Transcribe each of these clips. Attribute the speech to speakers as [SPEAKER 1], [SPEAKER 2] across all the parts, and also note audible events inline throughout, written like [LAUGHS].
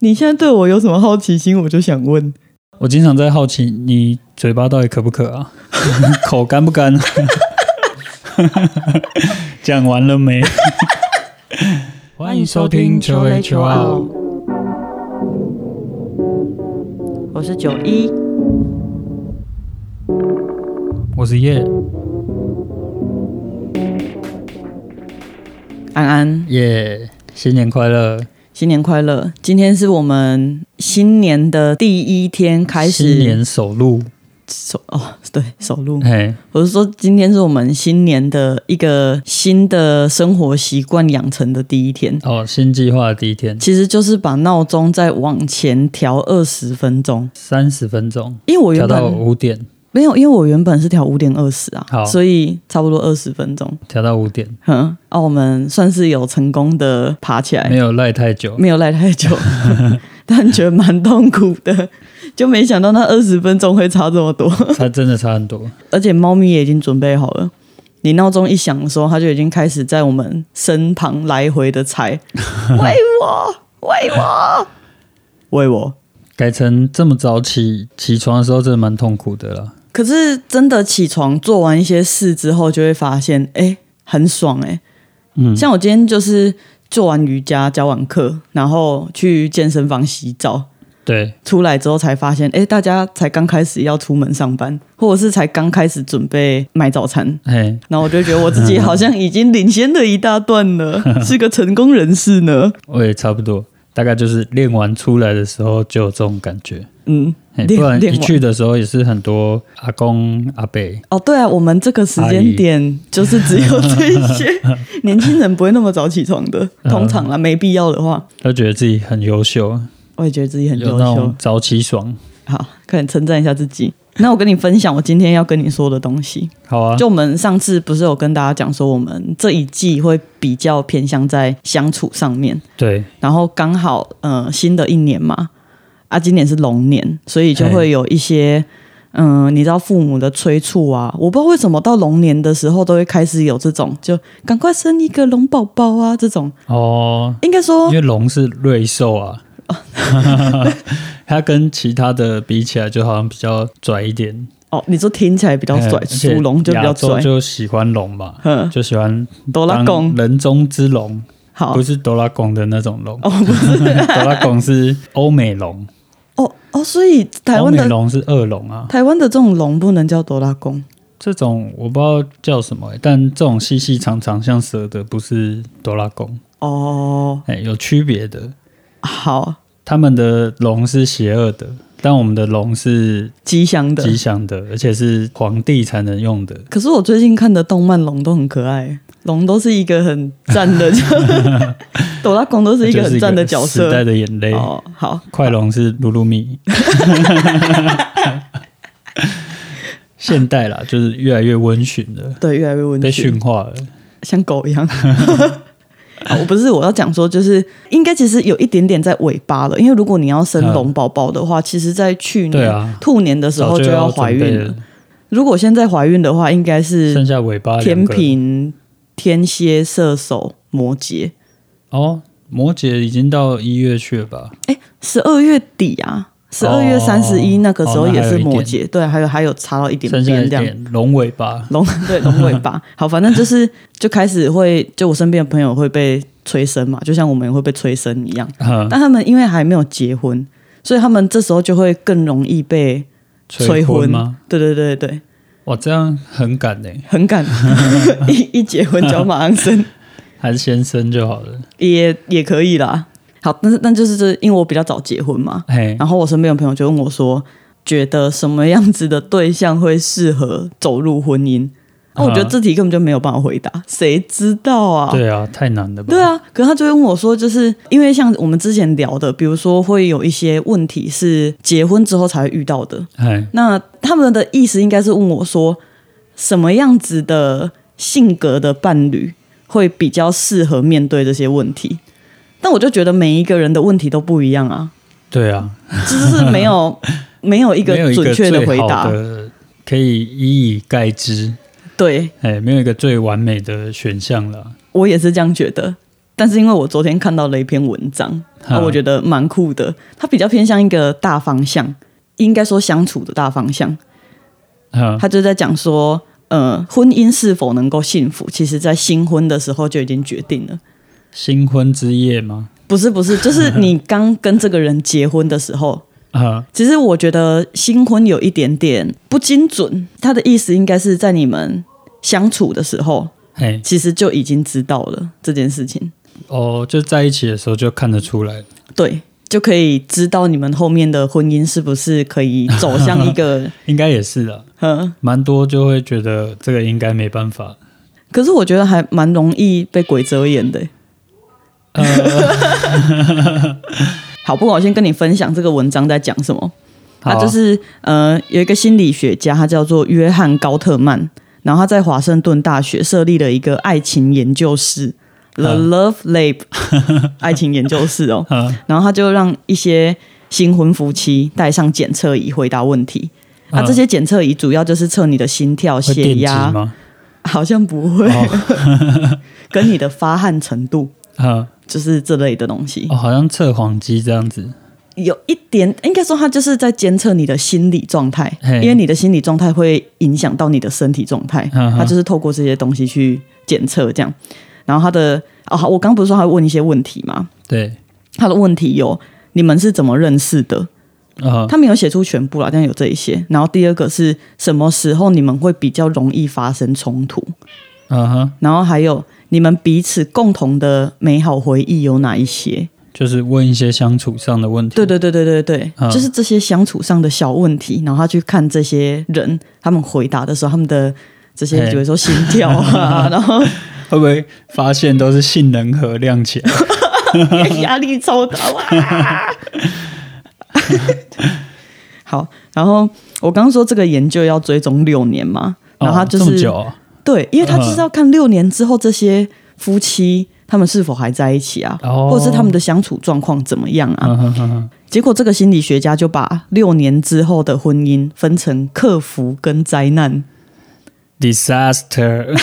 [SPEAKER 1] 你现在对我有什么好奇心，我就想问。
[SPEAKER 2] 我经常在好奇你嘴巴到底渴不渴啊， [LAUGHS] 口干不干、啊？讲完了没？欢迎收听九 H 二，
[SPEAKER 1] 我是九一，
[SPEAKER 2] 我是叶
[SPEAKER 1] 安安，
[SPEAKER 2] 叶，新年快乐！
[SPEAKER 1] 新年快乐！今天是我们新年的第一天开始，
[SPEAKER 2] 新年首录，
[SPEAKER 1] 首哦，对，首录。
[SPEAKER 2] 嘿，
[SPEAKER 1] 我是说，今天是我们新年的一个新的生活习惯养成的第一天，
[SPEAKER 2] 哦，新计划的第一天，
[SPEAKER 1] 其实就是把闹钟再往前调二十分钟，
[SPEAKER 2] 三十分钟，
[SPEAKER 1] 因为我
[SPEAKER 2] 调
[SPEAKER 1] 哦原
[SPEAKER 2] 到
[SPEAKER 1] 本
[SPEAKER 2] 五点，
[SPEAKER 1] 没有，因为我原本是调五点二十
[SPEAKER 2] 好
[SPEAKER 1] 啊，所以差不多二十分钟。
[SPEAKER 2] 调到五点，
[SPEAKER 1] 哼，啊，我们算是有成功的爬起来，
[SPEAKER 2] 没有赖
[SPEAKER 1] [LAUGHS]
[SPEAKER 2] 太久，
[SPEAKER 1] 没有赖太
[SPEAKER 2] [LAUGHS]
[SPEAKER 1] 久，但觉得蛮痛苦的，就没想到那二十分钟会差这么多。
[SPEAKER 2] 差真的差很多。
[SPEAKER 1] 而且猫咪也已经准备好了。你闹钟一响的时候，它就已经开始在我们身旁来回的踩，
[SPEAKER 2] [LAUGHS]
[SPEAKER 1] 喂我，喂我，喂我。
[SPEAKER 2] 改成这么早起，起床的时候真的蛮痛苦的啦。
[SPEAKER 1] 可是真的起床做完一些事之后，就会发现，哎、很爽哎、
[SPEAKER 2] 嗯，
[SPEAKER 1] 像我今天就是做完瑜伽、教完课，然后去健身房洗澡，
[SPEAKER 2] 对，
[SPEAKER 1] 出来之后才发现，哎、大家才刚开始要出门上班，或者是才刚开始准备买早餐，
[SPEAKER 2] 嘿，
[SPEAKER 1] 然后我就觉得我自己好像已经领先了一大段了，是个成功人士呢。
[SPEAKER 2] 我也差不多，大概就是练完出来的时候就有这种感觉。
[SPEAKER 1] 嗯，
[SPEAKER 2] 嘿
[SPEAKER 1] 练
[SPEAKER 2] 不然
[SPEAKER 1] 练
[SPEAKER 2] 一
[SPEAKER 1] 完
[SPEAKER 2] 去的时候也是很多阿公阿伯，
[SPEAKER 1] 哦，对啊，我们这个时间点就是只有这
[SPEAKER 2] [LAUGHS]
[SPEAKER 1] 些年轻人不会那么早起床的，
[SPEAKER 2] 嗯
[SPEAKER 1] 通常啦，没必要的话，
[SPEAKER 2] 都觉得自己很优秀，
[SPEAKER 1] 我也觉得自己很
[SPEAKER 2] 有
[SPEAKER 1] 优
[SPEAKER 2] 那
[SPEAKER 1] 秀
[SPEAKER 2] 种。早起爽。
[SPEAKER 1] 好，快点称赞一下自己。那我跟你分享我今天要跟你说的东西，
[SPEAKER 2] 好啊，
[SPEAKER 1] 就我们上次不是有跟大家讲说，我们这一季会比较偏向在相处上面，
[SPEAKER 2] 对，
[SPEAKER 1] 然后刚好呃新的一年嘛，啊今年是龙年，所以就会有一些嗯、你知道父母的催促啊，我不知道为什么到龙年的时候都会开始有这种，就赶快生一个龙宝宝啊这种，
[SPEAKER 2] 哦，
[SPEAKER 1] 应该说
[SPEAKER 2] 因为龙是瑞兽
[SPEAKER 1] [LAUGHS]
[SPEAKER 2] 啊，它跟其他的比起来，就好像比较拽一点，
[SPEAKER 1] 哦，你说听起来比较
[SPEAKER 2] 嘿
[SPEAKER 1] 拽，
[SPEAKER 2] 而且
[SPEAKER 1] 属龙就比较
[SPEAKER 2] 亚洲
[SPEAKER 1] 拽，
[SPEAKER 2] 就喜欢龙嘛，
[SPEAKER 1] 嗯，
[SPEAKER 2] 就喜欢
[SPEAKER 1] 哆啦
[SPEAKER 2] 当
[SPEAKER 1] 贡
[SPEAKER 2] 人中之龙，
[SPEAKER 1] 好
[SPEAKER 2] 不是哆啦贡的那种龙，
[SPEAKER 1] 哦不是
[SPEAKER 2] [LAUGHS] 哆啦贡是欧美龙，
[SPEAKER 1] 哦哦，所以台
[SPEAKER 2] 欧
[SPEAKER 1] 湾
[SPEAKER 2] 美
[SPEAKER 1] 的
[SPEAKER 2] 龙是恶龙啊。
[SPEAKER 1] 台湾的这种龙不能叫哆啦贡，
[SPEAKER 2] 这种我不知道叫什么欸、但这种细细长长像蛇的不是哆啦贡，
[SPEAKER 1] 哦，
[SPEAKER 2] 哎、有区别的。
[SPEAKER 1] 好
[SPEAKER 2] 他们的龙是邪恶的，但我们的龙是
[SPEAKER 1] 吉祥的
[SPEAKER 2] 吉。祥的，而且是皇帝才能用的。
[SPEAKER 1] 可是我最近看的动漫龙都很可爱，龙都是一个很赞
[SPEAKER 2] [LAUGHS]
[SPEAKER 1] 的，就哆啦 A 梦都是一个很赞的角
[SPEAKER 2] 就是一个时代
[SPEAKER 1] 色。
[SPEAKER 2] 的眼泪。
[SPEAKER 1] 哦，好，
[SPEAKER 2] 快龙是鲁鲁米， [LAUGHS] 现代啦，就是越来越温驯了，
[SPEAKER 1] 对，越来越
[SPEAKER 2] 被
[SPEAKER 1] 温驯，
[SPEAKER 2] 驯化了。
[SPEAKER 1] 像狗一
[SPEAKER 2] [LAUGHS]
[SPEAKER 1] 样。啊、我不是我要讲说，就是应该其实有一点点在尾巴了，因为如果你要生龙宝宝的话，其实在去
[SPEAKER 2] 对
[SPEAKER 1] 年、
[SPEAKER 2] 啊
[SPEAKER 1] 兔年的时
[SPEAKER 2] 早
[SPEAKER 1] 候
[SPEAKER 2] 就
[SPEAKER 1] 就
[SPEAKER 2] 要
[SPEAKER 1] 怀
[SPEAKER 2] 准备
[SPEAKER 1] 孕
[SPEAKER 2] 了
[SPEAKER 1] 了。，如果现在怀孕的话，应该是
[SPEAKER 2] 剩下尾巴两
[SPEAKER 1] 天
[SPEAKER 2] 个
[SPEAKER 1] 平、天蝎、射手、摩羯，
[SPEAKER 2] 哦。摩羯已经到一月去了吧？
[SPEAKER 1] 哎十二月底啊，十二月三十一
[SPEAKER 2] 哦
[SPEAKER 1] 那个时候
[SPEAKER 2] 哦那
[SPEAKER 1] 也
[SPEAKER 2] 还有
[SPEAKER 1] 是
[SPEAKER 2] 一
[SPEAKER 1] 摩
[SPEAKER 2] 点
[SPEAKER 1] 羯，对，还有还有差到一点
[SPEAKER 2] 剩下
[SPEAKER 1] 边
[SPEAKER 2] 一
[SPEAKER 1] 这样。
[SPEAKER 2] 点龙尾巴，
[SPEAKER 1] 龙 [LAUGHS] 对龙尾巴，好，反正就是就开始会，就我身边的朋友会被催生嘛，就像我们也会被催生一样。
[SPEAKER 2] 嗯，
[SPEAKER 1] 但他们因为还没有结婚，所以他们这时候就会更容易被催
[SPEAKER 2] 婚吗？？
[SPEAKER 1] 对对对对，
[SPEAKER 2] 哇，这样很赶呢、欸，
[SPEAKER 1] 很
[SPEAKER 2] [LAUGHS]
[SPEAKER 1] 赶，一一结婚就要马上生，
[SPEAKER 2] 还是先生就好了。
[SPEAKER 1] 也也可以啦。好，但是但就是这，因为我比较早结婚嘛，
[SPEAKER 2] 嘿，
[SPEAKER 1] 然后我身边有朋友就问我说，觉得什么样子的对象会适合走入婚姻？那、我觉得
[SPEAKER 2] 啊
[SPEAKER 1] 这题根本就没有办法回答，谁知道啊？
[SPEAKER 2] 对啊，太难了吧？
[SPEAKER 1] 对，啊，可是他就会问我说，就是因为像我们之前聊的，比如说会有一些问题是结婚之后才会遇到的，
[SPEAKER 2] 嘿，
[SPEAKER 1] 那他们的意思应该是问我说，什么样子的性格的伴侣会比较适合面对这些问题？但我就觉得每一个人的问题都不一样啊。
[SPEAKER 2] 对啊，
[SPEAKER 1] 就是没
[SPEAKER 2] [LAUGHS]
[SPEAKER 1] 有没有一
[SPEAKER 2] 没有
[SPEAKER 1] 个
[SPEAKER 2] 一
[SPEAKER 1] 准
[SPEAKER 2] 个
[SPEAKER 1] 确的
[SPEAKER 2] 最
[SPEAKER 1] 回
[SPEAKER 2] 好
[SPEAKER 1] 答，
[SPEAKER 2] 的可以一以概之，
[SPEAKER 1] 对
[SPEAKER 2] 哎，没有一个最完美的选项了。
[SPEAKER 1] 我也是这样觉得。但是因为我昨天看到了一篇文章，
[SPEAKER 2] 哈
[SPEAKER 1] 啊、我觉得蛮酷的，它比较偏向一个大方向，应该说相处的大方向。
[SPEAKER 2] 嗯
[SPEAKER 1] 他就在讲说，呃，婚姻是否能够幸福，其实在新婚的时候就已经决定了。
[SPEAKER 2] 新婚之夜吗？
[SPEAKER 1] 不是不是，就是你刚跟这个人结婚的时
[SPEAKER 2] [LAUGHS]
[SPEAKER 1] 候，
[SPEAKER 2] 啊，
[SPEAKER 1] 其实我觉得新婚有一点点不精准，他的意思应该是在你们相处的时候，
[SPEAKER 2] 嘿，
[SPEAKER 1] 其实就已经知道了这件事情，
[SPEAKER 2] 哦，就在一起的时候就看得出来了，
[SPEAKER 1] 对，就可以知道你们后面的婚姻是不是可以走向一个
[SPEAKER 2] 应该也是啦，
[SPEAKER 1] 嗯。
[SPEAKER 2] 蛮多就会觉得这个应该没办法。
[SPEAKER 1] 可是我觉得还蛮容易被鬼遮眼的。
[SPEAKER 2] 呃
[SPEAKER 1] 好，不管我先跟你分享这个文章在讲什么。
[SPEAKER 2] 好
[SPEAKER 1] [LAUGHS] 他
[SPEAKER 2] 啊
[SPEAKER 1] 就是呃，有一个心理学家，他叫做约翰·高特曼，然后他在华盛顿大学设立了一个爱情研究室，The
[SPEAKER 2] 嗯
[SPEAKER 1] Love Lab，爱
[SPEAKER 2] [LAUGHS]
[SPEAKER 1] 情研究室哦。
[SPEAKER 2] 啊，
[SPEAKER 1] 然后他就让一些新婚夫妻带上检测仪回答问题。啊，
[SPEAKER 2] 嗯
[SPEAKER 1] 这些检测仪主要就是测你的心跳、
[SPEAKER 2] 会
[SPEAKER 1] 血
[SPEAKER 2] 电击
[SPEAKER 1] 压，
[SPEAKER 2] 吗？
[SPEAKER 1] 好像不会，
[SPEAKER 2] 哦，
[SPEAKER 1] [LAUGHS] 跟你的发汗程度，
[SPEAKER 2] 啊，
[SPEAKER 1] 就是这类的东西，
[SPEAKER 2] 哦，好像测谎机这样子，
[SPEAKER 1] 有一点应该说它就是在监测你的心理状态，
[SPEAKER 2] 嘿
[SPEAKER 1] 因为你的心理状态会影响到你的身体状态，
[SPEAKER 2] 嗯哼
[SPEAKER 1] 它就是透过这些东西去检测这样。然后它的哦，好我刚不是说还问一些问题吗？
[SPEAKER 2] 对，
[SPEAKER 1] 他的问题有你们是怎么认识的？
[SPEAKER 2] 啊，
[SPEAKER 1] 他没有写出全部啦，但有这一些。然后第二个是什么时候你们会比较容易发生冲突？
[SPEAKER 2] 啊哈，
[SPEAKER 1] 然后还有你们彼此共同的美好回忆有哪一些？
[SPEAKER 2] 就是问一些相处上的问题。
[SPEAKER 1] 对对对对对对，
[SPEAKER 2] 嗯
[SPEAKER 1] 就是这些相处上的小问题，然后他去看这些人，他们回答的时候，他们的这些
[SPEAKER 2] 嘿
[SPEAKER 1] 比如说心跳啊， [LAUGHS] 然
[SPEAKER 2] [LAUGHS]
[SPEAKER 1] 后
[SPEAKER 2] 会不会发现都是性能核亮起来？
[SPEAKER 1] 压力超大
[SPEAKER 2] [LAUGHS]
[SPEAKER 1] 哇！好，然后我刚刚说这个研究要追踪六年嘛，然后他就
[SPEAKER 2] 哦、这么
[SPEAKER 1] 是、
[SPEAKER 2] 久哦、
[SPEAKER 1] 对，因为他就是要看六年之后这些夫妻他们是否还在一起啊，
[SPEAKER 2] 哦
[SPEAKER 1] 或者是他们的相处状况怎么样啊？
[SPEAKER 2] 嗯哼哼哼
[SPEAKER 1] 结果，这个心理学家就把六年之后的婚姻分成克服跟灾难。
[SPEAKER 2] ，disaster，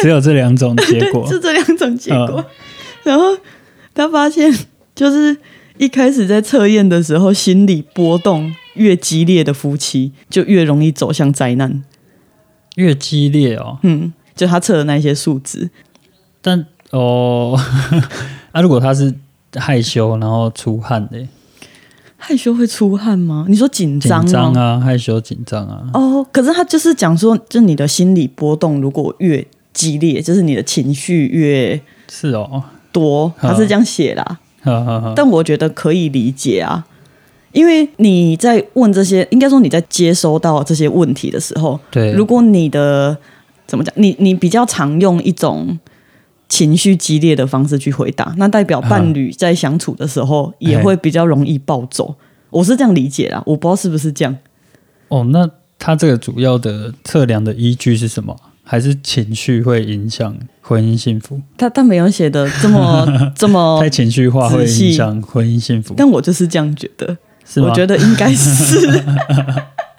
[SPEAKER 2] 只有这两种结果。
[SPEAKER 1] 是这两种结
[SPEAKER 2] 嗯
[SPEAKER 1] 果。然后他发现，就是一开始在测验的时候，心理波动越激烈的夫妻，就越容易走向灾难。
[SPEAKER 2] 越激烈哦，
[SPEAKER 1] 嗯，就他测的那些数值，
[SPEAKER 2] 但哦， [LAUGHS] 啊，如果他是害羞然后出汗的，
[SPEAKER 1] 害羞会出汗吗？你说紧
[SPEAKER 2] 紧
[SPEAKER 1] 张吗？
[SPEAKER 2] 张啊，害羞紧张啊，
[SPEAKER 1] 哦，可是他就是讲说，就你的心理波动如果越激烈，就是你的情绪越
[SPEAKER 2] 是哦，
[SPEAKER 1] 多，他是这样写啦。
[SPEAKER 2] 呵呵呵，
[SPEAKER 1] 但我觉得可以理解啊，因为你在问这些，应该说你在接收到这些问题的时候，
[SPEAKER 2] 对，
[SPEAKER 1] 如果你的怎么讲，你你比较常用一种情绪激烈的方式去回答，那代表
[SPEAKER 2] 啊
[SPEAKER 1] 伴侣在相处的时候也
[SPEAKER 2] 哎
[SPEAKER 1] 会比较容易暴走。我是这样理解啦，我不知道是不是这样。
[SPEAKER 2] 哦，那他这个主要的测量的依据是什么？还是情绪会影响婚姻幸福？
[SPEAKER 1] 他他没有写的这
[SPEAKER 2] [LAUGHS]
[SPEAKER 1] 么这么
[SPEAKER 2] 太，情绪化会影响婚姻幸
[SPEAKER 1] 哦
[SPEAKER 2] 福，
[SPEAKER 1] 但我就是这样觉得。
[SPEAKER 2] 是吗？
[SPEAKER 1] 我觉得应该是。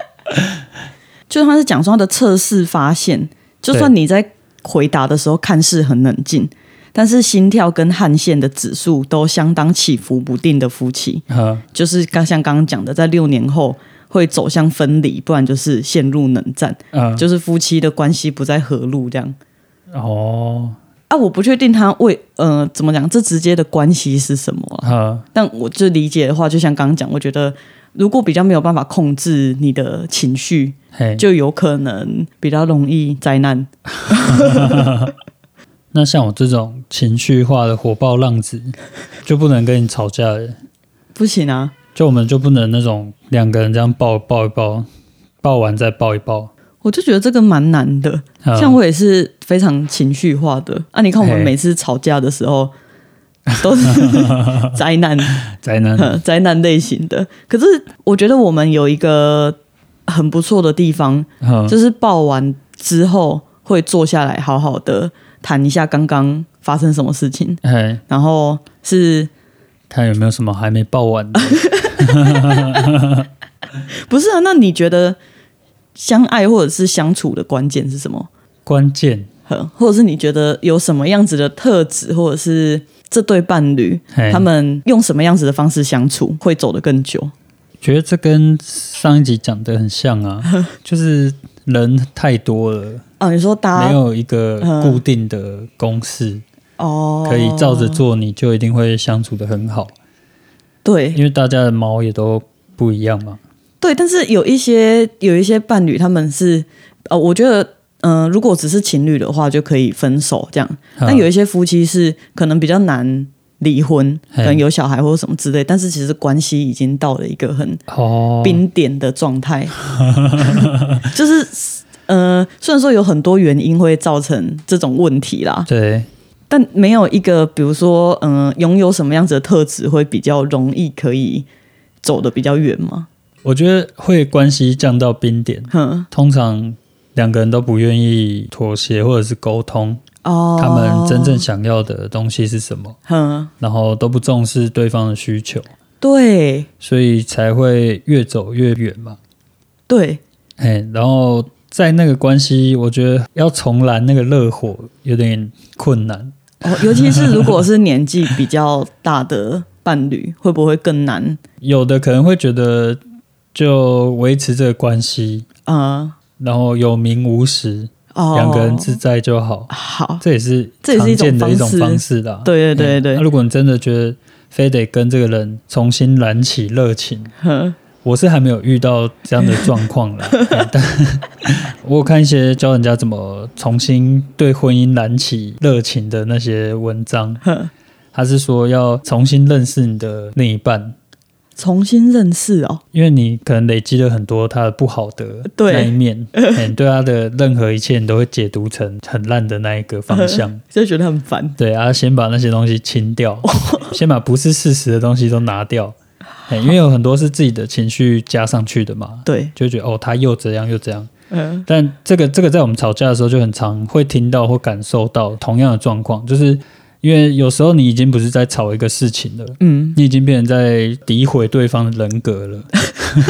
[SPEAKER 1] [LAUGHS] 就他是讲说他的测试发现，就算你在回答的时候看似很冷静，但是心跳跟汗腺的指数都相当起伏不定的夫妻，
[SPEAKER 2] 啊，
[SPEAKER 1] 就是刚像刚刚讲的，在六年后会走向分离，不然就是陷入冷战，
[SPEAKER 2] 嗯，
[SPEAKER 1] 就是夫妻的关系不再和睦这样。
[SPEAKER 2] 哦，
[SPEAKER 1] 啊，我不确定他为呃怎么讲，这直接的关系是什么、啊？
[SPEAKER 2] 啊，
[SPEAKER 1] 但我就理解的话，就像刚刚讲，我觉得如果比较没有办法控制你的情绪，
[SPEAKER 2] 嘿，
[SPEAKER 1] 就有可能比较容易灾难。
[SPEAKER 2] 那像我这种情绪化的火爆浪子，就不能跟你吵架了，
[SPEAKER 1] 不行啊，
[SPEAKER 2] 就我们就不能那种两个人这样抱抱一抱，抱完再抱一抱。
[SPEAKER 1] 我就觉得这个蛮难的。
[SPEAKER 2] 啊
[SPEAKER 1] 像我也是非常情绪化的啊，你看我们
[SPEAKER 2] 嘿
[SPEAKER 1] 每次吵架的时候。都是灾难，
[SPEAKER 2] 宅男，
[SPEAKER 1] 呃灾难类型的。可是我觉得我们有一个很不错的地方，
[SPEAKER 2] 嗯
[SPEAKER 1] 就是抱完之后会坐下来，好好的谈一下刚刚发生什么事情。
[SPEAKER 2] 嘿，
[SPEAKER 1] 然后是
[SPEAKER 2] 看有没有什么还没抱完的？
[SPEAKER 1] 不是啊？那你觉得相爱或者是相处的关键是什么？
[SPEAKER 2] 关键，
[SPEAKER 1] 呵或者是你觉得有什么样子的特质，或者是这对伴侣
[SPEAKER 2] 嘿
[SPEAKER 1] 他们用什么样子的方式相处会走得更久？
[SPEAKER 2] 觉得这跟上一集讲的很像啊，
[SPEAKER 1] [LAUGHS]
[SPEAKER 2] 就是人太多了，
[SPEAKER 1] 啊，你说大
[SPEAKER 2] 没
[SPEAKER 1] 家
[SPEAKER 2] 有一个固定的公式、
[SPEAKER 1] 哦，
[SPEAKER 2] 可以照着做，你就一定会相处的很好，
[SPEAKER 1] 对
[SPEAKER 2] 因为大家的毛也都不一样嘛。
[SPEAKER 1] 对，但是有一些有一些伴侣他们是呃，我觉得。嗯、如果只是情侣的话，就可以分手这样。
[SPEAKER 2] 嗯啊
[SPEAKER 1] 但有一些夫妻是可能比较难离婚，
[SPEAKER 2] 嘿
[SPEAKER 1] 可能有小孩或者什么之类，但是其实关系已经到了一个很
[SPEAKER 2] 哦，
[SPEAKER 1] 冰点的状态，
[SPEAKER 2] [LAUGHS]
[SPEAKER 1] 就是呃，虽然说有很多原因会造成这种问题啦，
[SPEAKER 2] 对，
[SPEAKER 1] 但没有一个比如说嗯、呃拥有什么样子的特质会比较容易可以走得比较远吗？
[SPEAKER 2] 我觉得会关系降到冰点，
[SPEAKER 1] 哼，
[SPEAKER 2] 通常两个人都不愿意妥协或者是沟通，
[SPEAKER 1] 哦，
[SPEAKER 2] 他们真正想要的东西是什么，
[SPEAKER 1] 哼，
[SPEAKER 2] 然后都不重视对方的需求，
[SPEAKER 1] 对
[SPEAKER 2] 所以才会越走越远嘛。
[SPEAKER 1] 对，
[SPEAKER 2] 哎，然后在那个关系，我觉得要重燃那个热火有点困难。
[SPEAKER 1] 哦，尤其是如果是年纪比较大的伴侣，会不会更难？
[SPEAKER 2] 有的可能会觉得就维持这个关系，
[SPEAKER 1] 呃，
[SPEAKER 2] 然后有名无实，
[SPEAKER 1] 哦，
[SPEAKER 2] 两个人自在嗯就好。
[SPEAKER 1] 好，
[SPEAKER 2] 这也是
[SPEAKER 1] 这也是一
[SPEAKER 2] 常
[SPEAKER 1] 种
[SPEAKER 2] 见的一种
[SPEAKER 1] 方式
[SPEAKER 2] 方式啦。哎
[SPEAKER 1] 对对对对
[SPEAKER 2] 那如果你真的觉得非得跟这个人重新燃起热情，
[SPEAKER 1] 哼，
[SPEAKER 2] 我是还没有遇到这样的状况
[SPEAKER 1] [LAUGHS]
[SPEAKER 2] 啦。嗯但 [LAUGHS] 我有看一些教人家怎么重新对婚姻燃起热情的那些文章
[SPEAKER 1] 哼，
[SPEAKER 2] 他是说要重新认识你的另一半。
[SPEAKER 1] 重新认识哦，
[SPEAKER 2] 因为你可能累积了很多他的不好的
[SPEAKER 1] 对
[SPEAKER 2] 那
[SPEAKER 1] [LAUGHS]
[SPEAKER 2] 一面，嗯，对他的任何一切你都会解读成很烂的那一个方向，
[SPEAKER 1] [LAUGHS] 就觉得很烦。
[SPEAKER 2] 对啊，先把那些东西清掉，
[SPEAKER 1] 哦
[SPEAKER 2] 先把不是事实的东西都拿掉，哎因为有很多是自己的情绪加上去的嘛，
[SPEAKER 1] 对，
[SPEAKER 2] 就会觉得哦，他又怎样又怎样。
[SPEAKER 1] 嗯、
[SPEAKER 2] 但这个这个在我们吵架的时候就很常会听到或感受到同样的状况，就是因为有时候你已经不是在吵一个事情了。
[SPEAKER 1] 嗯， [LAUGHS]
[SPEAKER 2] 你已经变成在诋毁对方的人格了。 [LAUGHS]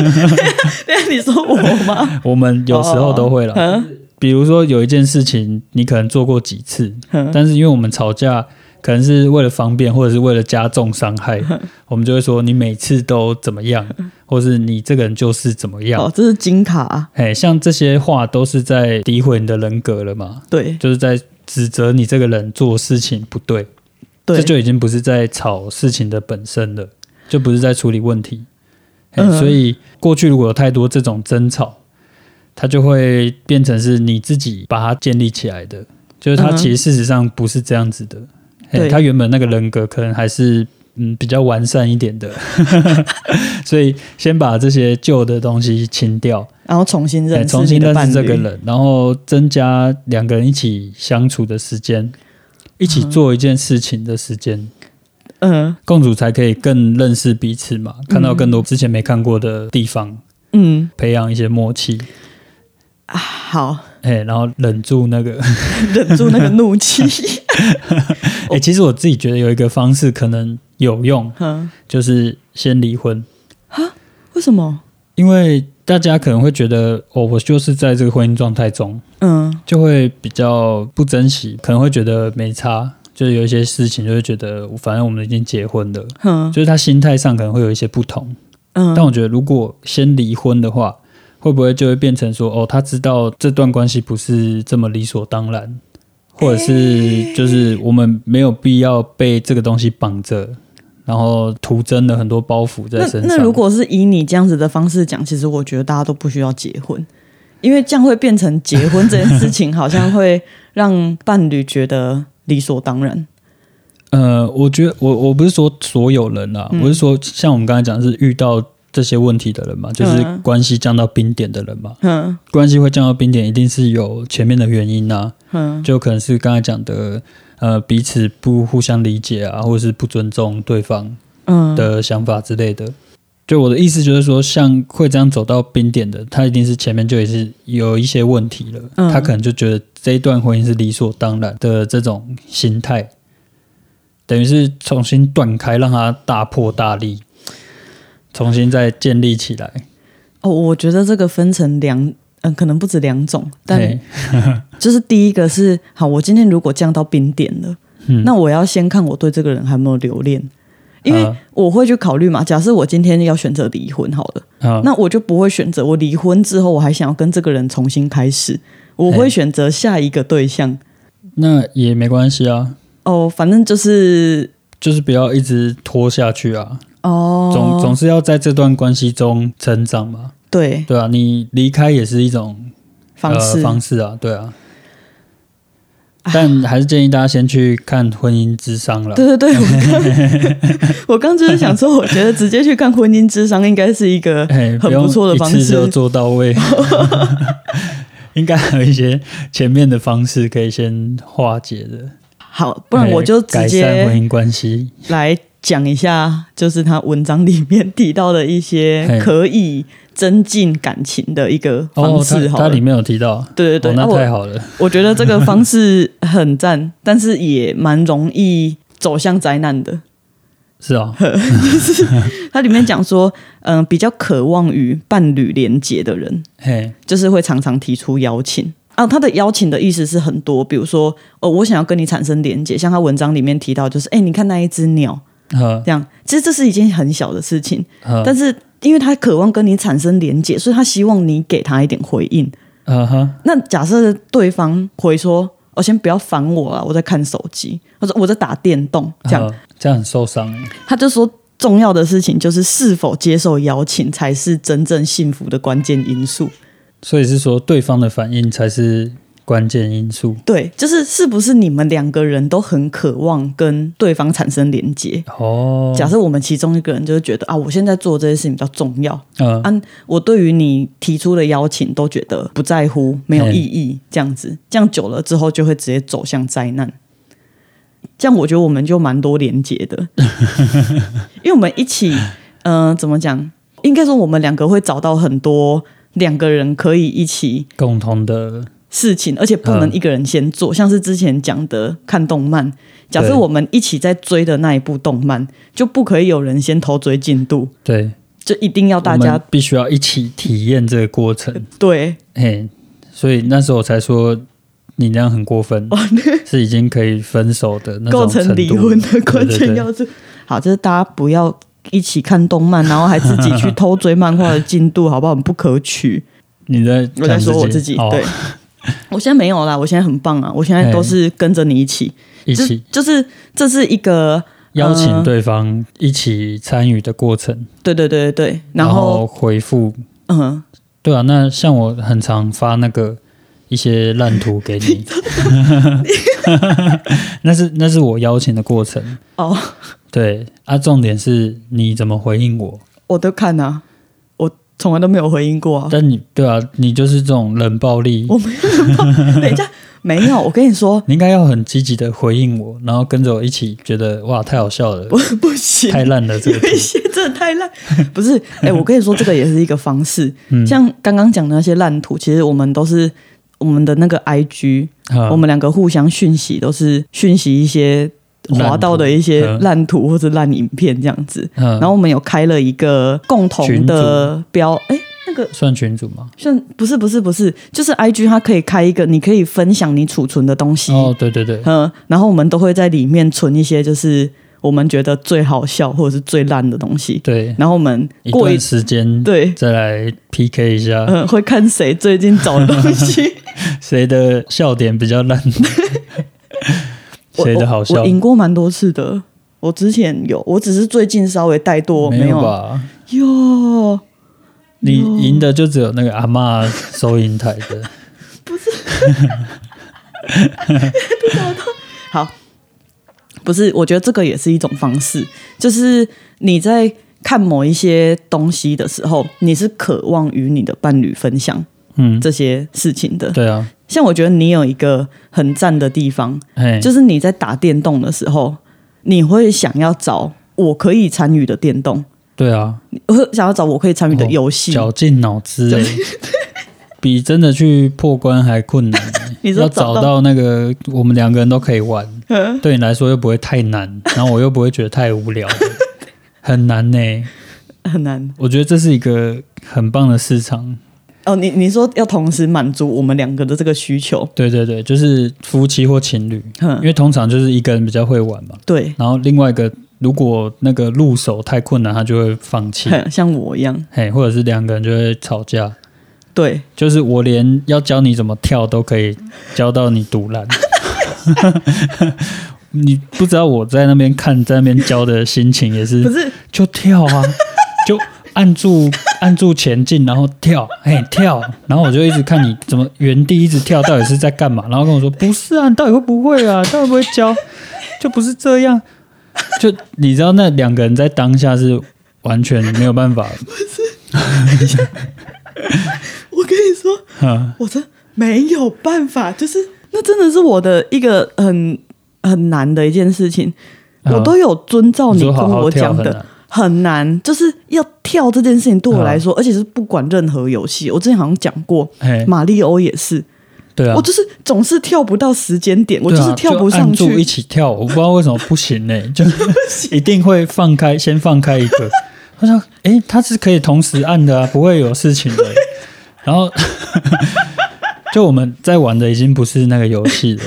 [SPEAKER 1] 对，你说我吗？
[SPEAKER 2] 我们有时候都会了，
[SPEAKER 1] 嗯
[SPEAKER 2] 比如说有一件事情，你可能做过几次，
[SPEAKER 1] 嗯
[SPEAKER 2] 但是因为我们吵架，可能是为了方便，或者是为了加重伤害，我们就会说你每次都怎么样，或是你这个人就是怎么样
[SPEAKER 1] 哦，。这是金卡、啊，
[SPEAKER 2] 哎，像这些话都是在诋毁你的人格了嘛，
[SPEAKER 1] 对
[SPEAKER 2] 就是在指责你这个人做事情不对，
[SPEAKER 1] 对
[SPEAKER 2] 这，就已经不是在吵事情的本身了，就不是在处理问题。嘿
[SPEAKER 1] 嗯
[SPEAKER 2] 所以过去如果有太多这种争吵，它就会变成是你自己把它建立起来的，就是它
[SPEAKER 1] 嗯
[SPEAKER 2] 其实事实上不是这样子的。嘿
[SPEAKER 1] 对
[SPEAKER 2] 他原本那个人格可能还是嗯比较完善一点的， [LAUGHS] 所以先把这些旧的东西清掉，
[SPEAKER 1] 然后重新认
[SPEAKER 2] 哎
[SPEAKER 1] 识，
[SPEAKER 2] 重新认识这个，人，然后增加两个人一起相处的时间，一起做一件事情的时间，
[SPEAKER 1] 嗯
[SPEAKER 2] 共主才可以更认识彼此嘛，看到更多之前没看过的地方，
[SPEAKER 1] 嗯，
[SPEAKER 2] 培养一些默契，
[SPEAKER 1] 啊好，
[SPEAKER 2] 哎、然后忍住那个，
[SPEAKER 1] 忍住那个怒
[SPEAKER 2] [LAUGHS]
[SPEAKER 1] 气，
[SPEAKER 2] 哎、其实我自己觉得有一个方式可能有用，
[SPEAKER 1] 嗯，
[SPEAKER 2] 就是先离婚，
[SPEAKER 1] 为什么？
[SPEAKER 2] 因为大家可能会觉得，哦，我就是在这个婚姻状态中，
[SPEAKER 1] 嗯
[SPEAKER 2] 就会比较不珍惜，可能会觉得没差，就是有一些事情就会觉得，反正我们已经结婚了，
[SPEAKER 1] 哼
[SPEAKER 2] 就是他心态上可能会有一些不同。但
[SPEAKER 1] 嗯，
[SPEAKER 2] 我觉得，如果先离婚的话，会不会就会变成说，哦，他知道这段关系不是这么理所当然，或者是就是我们没有必要被这个东西绑着，然后徒增了很多包袱在
[SPEAKER 1] 那
[SPEAKER 2] 身上。
[SPEAKER 1] 那如果是以你这样子的方式讲，其实我觉得大家都不需要结婚。因为这样会变成结婚这件事情，好像会让伴侣觉得理所当然。
[SPEAKER 2] 呃，我觉得我我不是说所有人啦、
[SPEAKER 1] 嗯
[SPEAKER 2] 我是说像我们刚才讲，是遇到这些问题的人嘛，就是
[SPEAKER 1] 嗯
[SPEAKER 2] 关系降到冰点的人嘛，
[SPEAKER 1] 嗯
[SPEAKER 2] 关系会降到冰点，一定是有前面的原因呐、
[SPEAKER 1] 嗯
[SPEAKER 2] 就可能是刚才讲的，呃，彼此不互相理解啊，或者是不尊重对方
[SPEAKER 1] 嗯，
[SPEAKER 2] 的想法之类的。就我的意思就是说，像会这样走到冰点的，他一定是前面就也是有一些问题了，
[SPEAKER 1] 嗯
[SPEAKER 2] 他可能就觉得这一段婚姻是理所当然的这种心态，等于是重新断开，让他大破大立，重新再建立起来。
[SPEAKER 1] 哦，我觉得这个分成两嗯，可能不止两种，但
[SPEAKER 2] 对，
[SPEAKER 1] 就是第一个是，好，我今天如果降到冰点了，
[SPEAKER 2] 嗯
[SPEAKER 1] 那我要先看我对这个人还有没有留恋，因为
[SPEAKER 2] 啊
[SPEAKER 1] 我会去考虑嘛。假设我今天要选择离婚，好了，
[SPEAKER 2] 啊，
[SPEAKER 1] 那我就不会选择我离婚之后我还想要跟这个人重新开始，我会
[SPEAKER 2] 嘿
[SPEAKER 1] 选择下一个对象。
[SPEAKER 2] 那也没关系啊，
[SPEAKER 1] 哦，反正就是
[SPEAKER 2] 就是不要一直拖下去啊，
[SPEAKER 1] 哦，
[SPEAKER 2] 总总是要在这段关系中成长嘛，
[SPEAKER 1] 对
[SPEAKER 2] 对啊，你离开也是一种
[SPEAKER 1] 方式、
[SPEAKER 2] 呃、方式啊，对啊。但还是建议大家先去看婚姻智商了。 [LAUGHS]
[SPEAKER 1] 对对对，我刚 [LAUGHS] 我刚就是想说，我觉得直接去看婚姻智商应该是一
[SPEAKER 2] [LAUGHS]
[SPEAKER 1] 个
[SPEAKER 2] 哎，
[SPEAKER 1] 很
[SPEAKER 2] 用
[SPEAKER 1] 不错的方
[SPEAKER 2] 一次就
[SPEAKER 1] 式。
[SPEAKER 2] 做到
[SPEAKER 1] [LAUGHS]
[SPEAKER 2] 位， [LAUGHS] 应该还有一些前面的方式可以先化解的，
[SPEAKER 1] 好，不然我就
[SPEAKER 2] 哎
[SPEAKER 1] 直
[SPEAKER 2] 改善婚
[SPEAKER 1] 接
[SPEAKER 2] 姻关系。
[SPEAKER 1] 来讲一下，就是他文章里面提到的一些
[SPEAKER 2] 嘿
[SPEAKER 1] 可以增进感情的一个方
[SPEAKER 2] 哦，
[SPEAKER 1] 式。
[SPEAKER 2] 他
[SPEAKER 1] 好
[SPEAKER 2] 他
[SPEAKER 1] 了，
[SPEAKER 2] 里面有提到，
[SPEAKER 1] 对对对，
[SPEAKER 2] 哦
[SPEAKER 1] 啊
[SPEAKER 2] 那太
[SPEAKER 1] 我
[SPEAKER 2] 好了，
[SPEAKER 1] 我觉得这个方式很赞， [LAUGHS] 但是也蛮容易走向灾难的。[LAUGHS]
[SPEAKER 2] 是哦，
[SPEAKER 1] 它里面讲说，嗯、比较渴望与伴侣连结的人，
[SPEAKER 2] 嘿，
[SPEAKER 1] 就是会常常提出邀请啊。他的邀请的意思是很多，比如说，哦，我想要跟你产生连接，像他文章里面提到，就是，哎，你看那一只鸟，
[SPEAKER 2] 呃
[SPEAKER 1] 这样，其实这是一件很小的事情，
[SPEAKER 2] 呃
[SPEAKER 1] 但是因为他渴望跟你产生连接，所以他希望你给他一点回应。
[SPEAKER 2] 呃哈，
[SPEAKER 1] 那假设对方回说，哦，先不要烦我啊，我在看手机，或者我在打电动，这样，
[SPEAKER 2] 呃这样很受伤，
[SPEAKER 1] 他就说。重要的事情就是是否接受邀请，才是真正幸福的关键因素。
[SPEAKER 2] 所以是说对方的反应才是关键因素。
[SPEAKER 1] 对，就是是不是你们两个人都很渴望跟对方产生连接？
[SPEAKER 2] 哦，
[SPEAKER 1] 假设我们其中一个人就是觉得啊，我现在做这些事情比较重要，
[SPEAKER 2] 呃，
[SPEAKER 1] 啊，我对于你提出的邀请都觉得不在乎，没有意义，这样子，这样久了之后就会直接走向灾难。这样我觉得我们就蛮多连接的，因为我们一起，嗯、怎么讲？应该说我们两个会找到很多两个人可以一起
[SPEAKER 2] 共同的，
[SPEAKER 1] 事情，而且不能
[SPEAKER 2] 嗯
[SPEAKER 1] 一个人先做。像是之前讲的看动漫，假设
[SPEAKER 2] 对
[SPEAKER 1] 我们一起在追的那一部动漫，就不可以有人先偷追进度，
[SPEAKER 2] 对，
[SPEAKER 1] 就一定要大
[SPEAKER 2] 我
[SPEAKER 1] 家
[SPEAKER 2] 们必须要一起体验这个过程。
[SPEAKER 1] 对 [LAUGHS]
[SPEAKER 2] 嘿，所以那时候我才说你那样很过分，是已经可以分手的那种
[SPEAKER 1] 哦构成
[SPEAKER 2] 程
[SPEAKER 1] 离
[SPEAKER 2] 度
[SPEAKER 1] 婚的
[SPEAKER 2] 对
[SPEAKER 1] [LAUGHS] 关
[SPEAKER 2] 对
[SPEAKER 1] 键
[SPEAKER 2] 对
[SPEAKER 1] 要素。好，就是大家不要一起看动漫，然后还自己去偷追漫画的进度，好不好？很不可取。
[SPEAKER 2] 你在
[SPEAKER 1] 我在
[SPEAKER 2] 讲
[SPEAKER 1] 说我自己，
[SPEAKER 2] 哦
[SPEAKER 1] 对。 [LAUGHS] 我现在没有啦，我现在很棒啊！我现在都是跟着你一起，
[SPEAKER 2] 一
[SPEAKER 1] 就
[SPEAKER 2] 起
[SPEAKER 1] 就是这是一个
[SPEAKER 2] 邀请
[SPEAKER 1] 嗯
[SPEAKER 2] 对方一起参与的过程，
[SPEAKER 1] 对对对对对，呃然
[SPEAKER 2] 然
[SPEAKER 1] 后
[SPEAKER 2] 回复。
[SPEAKER 1] 嗯，
[SPEAKER 2] 对啊，那像我很常发那个一些烂图
[SPEAKER 1] [LAUGHS]
[SPEAKER 2] 给你， [LAUGHS] 那是那是我邀请的过程。
[SPEAKER 1] 哦，
[SPEAKER 2] 对啊，重点是你怎么回应我。
[SPEAKER 1] 我都看啊，我从来都没有回应过啊。
[SPEAKER 2] 但你对啊，你就是这种冷暴力，
[SPEAKER 1] 我没有人帮，等一下没有。我跟你说， [LAUGHS]
[SPEAKER 2] 你应该要很积极的回应我，然后跟着我一起觉得哇，太好笑了，
[SPEAKER 1] 我不行， [LAUGHS]
[SPEAKER 2] 太烂了这个
[SPEAKER 1] 有一些真的太
[SPEAKER 2] [LAUGHS]
[SPEAKER 1] 烂。不是，哎、我跟你说，这个也是一个方式。
[SPEAKER 2] 嗯
[SPEAKER 1] 像刚刚讲的那些烂图，其实我们都是我们的那个 IG，、
[SPEAKER 2] 啊
[SPEAKER 1] 我们两个互相讯息都是讯息一些滑到的一些
[SPEAKER 2] 烂图嗯
[SPEAKER 1] 烂图或者烂影片这样子。
[SPEAKER 2] 嗯
[SPEAKER 1] 然后我们有开了一个共同的标，哎、那个
[SPEAKER 2] 算群主吗？
[SPEAKER 1] 像不是不是不是，就是 I G 它可以开一个，你可以分享你储存的东西，
[SPEAKER 2] 哦，对对对，
[SPEAKER 1] 嗯，然后我们都会在里面存一些就是我们觉得最好笑或者是最烂的东西，
[SPEAKER 2] 对，
[SPEAKER 1] 然后我们
[SPEAKER 2] 一
[SPEAKER 1] 过一
[SPEAKER 2] 段时间
[SPEAKER 1] 对，
[SPEAKER 2] 再来 PK 一下，
[SPEAKER 1] 嗯，会看谁最近找的东
[SPEAKER 2] [LAUGHS]
[SPEAKER 1] 西，
[SPEAKER 2] 谁的笑点比较烂，
[SPEAKER 1] [LAUGHS] 我
[SPEAKER 2] 谁的好
[SPEAKER 1] 我
[SPEAKER 2] 笑
[SPEAKER 1] 我？赢过蛮多次的，我之前有，我只是最近稍微怠惰，
[SPEAKER 2] 没
[SPEAKER 1] 有
[SPEAKER 2] 吧？
[SPEAKER 1] 哟，
[SPEAKER 2] 你赢的就只有那个阿嬷收银台的，
[SPEAKER 1] [LAUGHS] 好，不是，我觉得这个也是一种方式，就是你在看某一些东西的时候，你是渴望与你的伴侣分享
[SPEAKER 2] 嗯，
[SPEAKER 1] 这些事情的。
[SPEAKER 2] 对啊，
[SPEAKER 1] 像我觉得你有一个很赞的地方，
[SPEAKER 2] 嘿，
[SPEAKER 1] 就是你在打电动的时候，你会想要找我可以参与的电动，
[SPEAKER 2] 对啊，
[SPEAKER 1] 我会想要找我可以参与
[SPEAKER 2] 哦
[SPEAKER 1] 的游戏。
[SPEAKER 2] 绞尽脑汁欸，比真的去破关还困
[SPEAKER 1] [LAUGHS]
[SPEAKER 2] 难欸。
[SPEAKER 1] 你说
[SPEAKER 2] 要
[SPEAKER 1] 找
[SPEAKER 2] 找
[SPEAKER 1] 到嗯
[SPEAKER 2] 到那个我们两个人都可以玩，对你来说又不会太
[SPEAKER 1] [LAUGHS]
[SPEAKER 2] 难，然后我又不会觉得太无聊，很难呢、
[SPEAKER 1] 很难，
[SPEAKER 2] 我觉得这是一个很棒的市场，
[SPEAKER 1] 哦，你你说要同时满足我们两个的这个需求，
[SPEAKER 2] 对对对，就是夫妻或情侣，因
[SPEAKER 1] 哼，
[SPEAKER 2] 为通常就是一个人比较会玩嘛，
[SPEAKER 1] 对，
[SPEAKER 2] 然后另外一个如果那个入手太困难，他就会放弃，
[SPEAKER 1] 哼，像我一样，
[SPEAKER 2] 嘿，或者是两个人就会吵架。
[SPEAKER 1] 对，
[SPEAKER 2] 就是我连要教你怎么跳都可以教到你独烂， [LAUGHS] 你不知道我在那边看，在那边教的心情也
[SPEAKER 1] 不
[SPEAKER 2] 是，
[SPEAKER 1] 是
[SPEAKER 2] 就跳啊， [LAUGHS] 就按住按住前进，然后跳，哎跳，然后我就一直看你怎么原地一直跳，到底是在干嘛？然后跟我说不是啊，你到底会不会啊？到底会不会教？就不是这样，就你知道那两个人在当下是完全没有办法，
[SPEAKER 1] 我跟你说，
[SPEAKER 2] 嗯
[SPEAKER 1] 我真没有办法，就是那真的是我的一个很很难的一件事情，
[SPEAKER 2] 嗯
[SPEAKER 1] 我都有遵照
[SPEAKER 2] 你
[SPEAKER 1] 你
[SPEAKER 2] 说
[SPEAKER 1] 跟
[SPEAKER 2] 好好
[SPEAKER 1] 我
[SPEAKER 2] 跳
[SPEAKER 1] 讲
[SPEAKER 2] 很
[SPEAKER 1] 的，
[SPEAKER 2] 难。
[SPEAKER 1] 很难，就是要跳这件事情对我来说，
[SPEAKER 2] 啊
[SPEAKER 1] 而且是不管任何游戏，我之前好像讲过，
[SPEAKER 2] 哎，
[SPEAKER 1] 马里欧也是，
[SPEAKER 2] 对啊，
[SPEAKER 1] 我就是总是跳不到时间点，我
[SPEAKER 2] 对
[SPEAKER 1] 就是跳不
[SPEAKER 2] 啊、
[SPEAKER 1] 上
[SPEAKER 2] 就按住一
[SPEAKER 1] 去。
[SPEAKER 2] 起跳，我不知道为什么不行呢、
[SPEAKER 1] [LAUGHS]
[SPEAKER 2] 就是一定会放开，先放开一个。 [LAUGHS] 他说：“诶，它是可以同时按的啊，不会有
[SPEAKER 1] [LAUGHS]
[SPEAKER 2] 事情的、然后 [LAUGHS] 就我们在玩的已经不是那个游
[SPEAKER 1] [LAUGHS]
[SPEAKER 2] 戏了，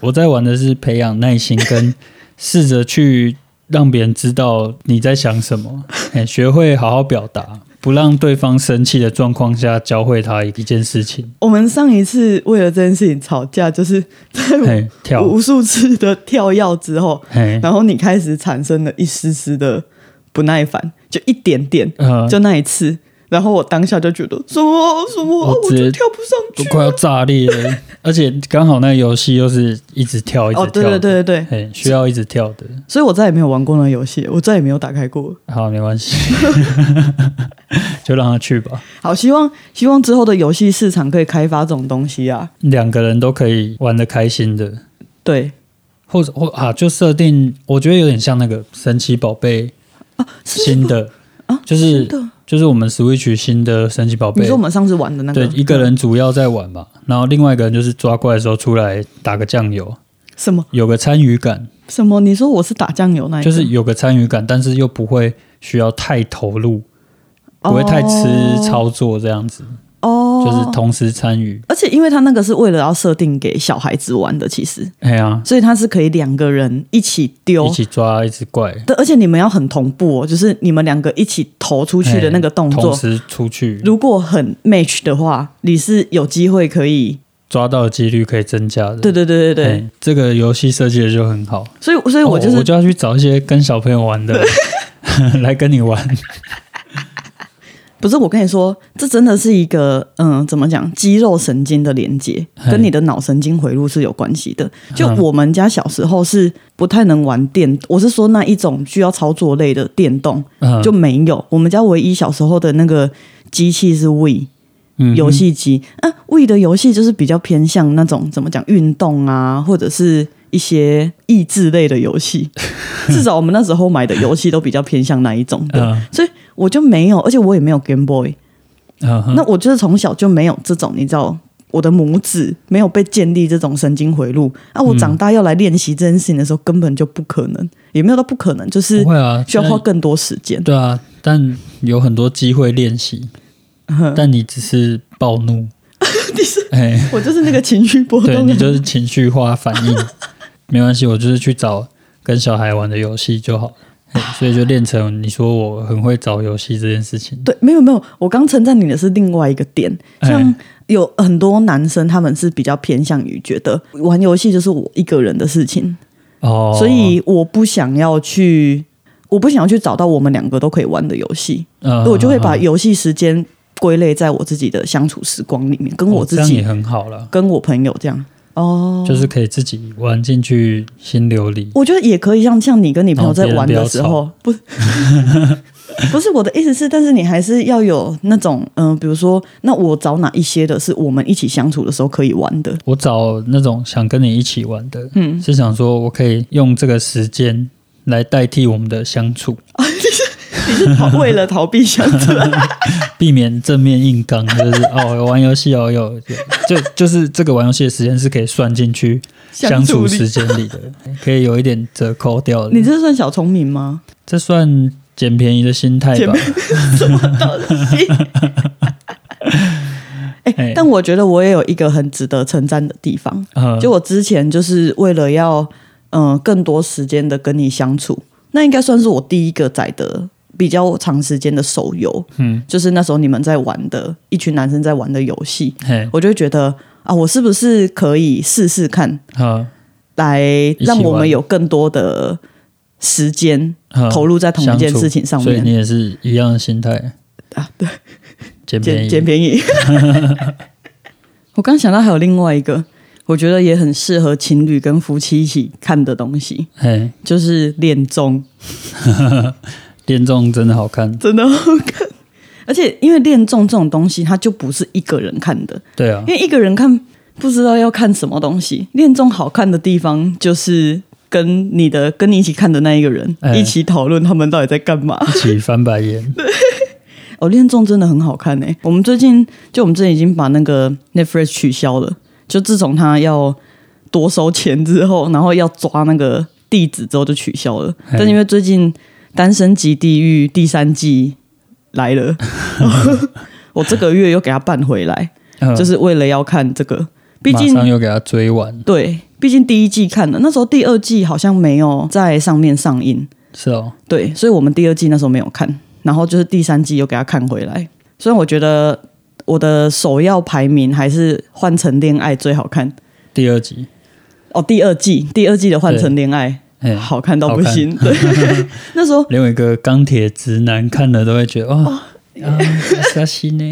[SPEAKER 2] 我在玩的是培养耐心跟试着去让别人知道你在想什么，诶，学会好好表达，不让对方生气的状况下教会他一件事情，
[SPEAKER 1] 我们上一次为了这件事情吵架，就是在
[SPEAKER 2] 诶，跳，
[SPEAKER 1] 无数次的跳跃之后，
[SPEAKER 2] 诶，
[SPEAKER 1] 然后你开始产生了一丝丝的不耐烦，就一点点，
[SPEAKER 2] 呃，
[SPEAKER 1] 就那一次。然后我当下就觉得什么什么，
[SPEAKER 2] 我
[SPEAKER 1] 我
[SPEAKER 2] 直接
[SPEAKER 1] 就跳不上
[SPEAKER 2] 都
[SPEAKER 1] 去。
[SPEAKER 2] 快要炸裂了，而且刚好那个游戏又是一直跳，一直
[SPEAKER 1] 哦，
[SPEAKER 2] 跳，
[SPEAKER 1] 对对对对对，
[SPEAKER 2] 嘿，需要一直跳的。
[SPEAKER 1] 所以我再也没有玩过那个游戏，我再也没有打开过。
[SPEAKER 2] 好，没关系， [LAUGHS] 就让他去吧。
[SPEAKER 1] 好，希望希望之后的游戏市场可以开发这种东西啊。
[SPEAKER 2] 两个人都可以玩的开心的，
[SPEAKER 1] 对，
[SPEAKER 2] 或者或啊，就设定，我觉得有点像那个神奇宝贝新的，
[SPEAKER 1] 啊，
[SPEAKER 2] 就是
[SPEAKER 1] 真的，
[SPEAKER 2] 就是我们 Switch 新的神奇宝
[SPEAKER 1] 你
[SPEAKER 2] 贝
[SPEAKER 1] 说我。们上次玩的那
[SPEAKER 2] 对
[SPEAKER 1] 个，，
[SPEAKER 2] 一个人主要在玩嘛，然后另外一个人就是抓怪的时候出来打个酱油，
[SPEAKER 1] 什么
[SPEAKER 2] 有个参与感。
[SPEAKER 1] 什么？你说我是打酱油那一个，
[SPEAKER 2] 就是有个参与感，但是又不会需要太投入，不会太吃操作这样子，
[SPEAKER 1] 哦，
[SPEAKER 2] 就是同时参与。
[SPEAKER 1] 而且因为他那个是为了要设定给小孩子玩的，其实，
[SPEAKER 2] 哎呀，
[SPEAKER 1] 所以他是可以两个人一起
[SPEAKER 2] 一
[SPEAKER 1] 丢。
[SPEAKER 2] 起抓一只怪，
[SPEAKER 1] 对，而且你们要很同步哦，就是你们两个一起投出去的那个动
[SPEAKER 2] 哎同
[SPEAKER 1] 作，
[SPEAKER 2] 时出去
[SPEAKER 1] 如果很 match 的话，你是有机会可以。
[SPEAKER 2] 抓到的几率可以增加的。
[SPEAKER 1] 对对对对对，
[SPEAKER 2] 哎，这个游戏设计的就很好。
[SPEAKER 1] 所以所以我就是、
[SPEAKER 2] 哦我就要去找一些跟小朋友玩
[SPEAKER 1] [LAUGHS]
[SPEAKER 2] 的 [LAUGHS] 来跟你玩。
[SPEAKER 1] 不是，我跟你说，这真的是一个嗯，怎么讲，肌肉神经的连接
[SPEAKER 2] 嘿
[SPEAKER 1] 跟你的脑神经回路是有关系的。就
[SPEAKER 2] 嗯
[SPEAKER 1] 我们家小时候是不太能玩电，我是说那一种需要操作类的电动
[SPEAKER 2] 嗯，
[SPEAKER 1] 就没有。我们家唯一小时候的那个机器是 We
[SPEAKER 2] 嗯
[SPEAKER 1] 游戏机，啊，We 的游戏就是比较偏向那种怎么讲运动啊，或者是一些益智类的游
[SPEAKER 2] [LAUGHS]
[SPEAKER 1] 戏。至少我们那时候买的游戏都比较偏向那一种的。
[SPEAKER 2] 嗯
[SPEAKER 1] 所以我就没有，而且我也没有 Game Boy，、
[SPEAKER 2] 嗯哼
[SPEAKER 1] 那我就是从小就没有这种，你知道，我的拇指没有被建立这种神经回路啊。
[SPEAKER 2] 嗯
[SPEAKER 1] 我长大要来练习这件事情的时候，根本就不可能，也没有到不可能，就是
[SPEAKER 2] 不会啊，
[SPEAKER 1] 需要花
[SPEAKER 2] 现在
[SPEAKER 1] 更多时间。
[SPEAKER 2] 对啊，但有很多机会练习，但你只是暴怒。
[SPEAKER 1] 嗯 [LAUGHS] 你是
[SPEAKER 2] 哎，
[SPEAKER 1] 我就是那个情绪波
[SPEAKER 2] 对
[SPEAKER 1] 动
[SPEAKER 2] 你
[SPEAKER 1] 的，
[SPEAKER 2] 就是情绪化反
[SPEAKER 1] [LAUGHS]
[SPEAKER 2] 应，没关系，我就是去找跟小孩玩的游戏就好了。嘿所以就练成你说我很会找游戏这件事情，
[SPEAKER 1] 对，没有没有，我刚称赞你的是另外一个点，像
[SPEAKER 2] 哎
[SPEAKER 1] 有很多男生他们是比较偏向于觉得玩游戏就是我一个人的事情，
[SPEAKER 2] 哦，
[SPEAKER 1] 所以我不想要去，我不想要去找到我们两个都可以玩的游戏。
[SPEAKER 2] 呃
[SPEAKER 1] 我就会把游戏时间归类在我自己的相处时光里面，跟我
[SPEAKER 2] 哦
[SPEAKER 1] 自
[SPEAKER 2] 这样
[SPEAKER 1] 己、
[SPEAKER 2] 也很好了，
[SPEAKER 1] 跟我朋友这样。哦，
[SPEAKER 2] 就是可以自己玩进去心流里。
[SPEAKER 1] 我觉得也可以像像你跟你朋友
[SPEAKER 2] 哦别
[SPEAKER 1] 在
[SPEAKER 2] 人
[SPEAKER 1] 玩
[SPEAKER 2] 不要
[SPEAKER 1] 的时候，不是 [LAUGHS] 不是我的意思是，但是你还是要有那种嗯、比如说，那我找哪一些的是我们一起相处的时候可以玩的。 [LAUGHS]
[SPEAKER 2] 我找那种想跟你一起玩的，嗯，是想说我可以用这个时间来代替我们的相处，
[SPEAKER 1] 你是逃为了逃避相处，啊
[SPEAKER 2] 避免正面硬刚， [LAUGHS] 就是哦玩游戏哦有就就是这个玩游戏的时间是可以算进去相处
[SPEAKER 1] 处
[SPEAKER 2] 时
[SPEAKER 1] 里，
[SPEAKER 2] 间里的，可以有一点折扣掉的。
[SPEAKER 1] [LAUGHS] 你这算小聪明
[SPEAKER 2] [LAUGHS]
[SPEAKER 1] 吗？
[SPEAKER 2] 这算捡便宜的心态
[SPEAKER 1] 姐
[SPEAKER 2] 吧
[SPEAKER 1] [LAUGHS]
[SPEAKER 2] [LAUGHS]
[SPEAKER 1] 妹？，什么东西？哎
[SPEAKER 2] 哎
[SPEAKER 1] 我觉得我也有一个很值得称赞的地方，
[SPEAKER 2] 嗯，
[SPEAKER 1] 就我之前就是为了要嗯、呃更多时间的跟你相处，那应该算是我第一个载的比较长时间的手游，
[SPEAKER 2] 嗯，
[SPEAKER 1] 就是那时候你们在玩的一群男生在玩的游戏，
[SPEAKER 2] 嘿，
[SPEAKER 1] 我就会觉得啊，我是不是可以试试看，
[SPEAKER 2] 好，
[SPEAKER 1] 来
[SPEAKER 2] 起
[SPEAKER 1] 让我们
[SPEAKER 2] 玩
[SPEAKER 1] 有更多的时间
[SPEAKER 2] 好
[SPEAKER 1] 投入在同一件
[SPEAKER 2] 嗯相处
[SPEAKER 1] 事情上
[SPEAKER 2] 所以
[SPEAKER 1] 面
[SPEAKER 2] 你也是一样的心态
[SPEAKER 1] 啊，
[SPEAKER 2] 对，捡便
[SPEAKER 1] 捡
[SPEAKER 2] 宜，
[SPEAKER 1] 捡便宜。
[SPEAKER 2] [LAUGHS]
[SPEAKER 1] 我刚想到还有另外一个，我觉得也很适合情侣跟夫妻一起看的东西，
[SPEAKER 2] 嘿，
[SPEAKER 1] 就是恋综，
[SPEAKER 2] 电中真的好看，
[SPEAKER 1] 真的好看。而且因为恋综这种东西，它就不是一个人看的，
[SPEAKER 2] 对啊，
[SPEAKER 1] 因为一个人看不知道要看什么东西。恋综好看的地方就是跟你的跟你一起看的那一个人、
[SPEAKER 2] 哎
[SPEAKER 1] 一起讨论他们到底在干嘛。
[SPEAKER 2] 一起翻白眼，
[SPEAKER 1] 哦，恋综真的很好看诶、欸我们最近就我们之前已经把那个 Netflix 取消了，就自从他要多收钱之后，然后要抓那个地址之后就取消了。
[SPEAKER 2] 嘿
[SPEAKER 1] 但因为最近《单身级地狱》第三季来了， [LAUGHS] 我这个月又给他办回来，[LAUGHS]
[SPEAKER 2] 嗯
[SPEAKER 1] 就是为了要看这个。毕
[SPEAKER 2] 马
[SPEAKER 1] 竟
[SPEAKER 2] 上又给他追完，
[SPEAKER 1] 对，毕竟第一季看了，那时候第二季好像没有在上面上映。
[SPEAKER 2] 是哦，
[SPEAKER 1] 对，所以我们第二季那时候没有看，然后就是第三季又给他看回来。虽然我觉得我的首要排名还是《换成恋爱》最好看
[SPEAKER 2] 第二集，
[SPEAKER 1] 哦，第二季第二季的《换成恋爱
[SPEAKER 2] 嘿》，
[SPEAKER 1] 好看到不行。对， [LAUGHS] 那时候
[SPEAKER 2] 连我一个钢铁直男看了都会觉得
[SPEAKER 1] 哦
[SPEAKER 2] 哇，啊，沙西
[SPEAKER 1] [LAUGHS]
[SPEAKER 2] 呢？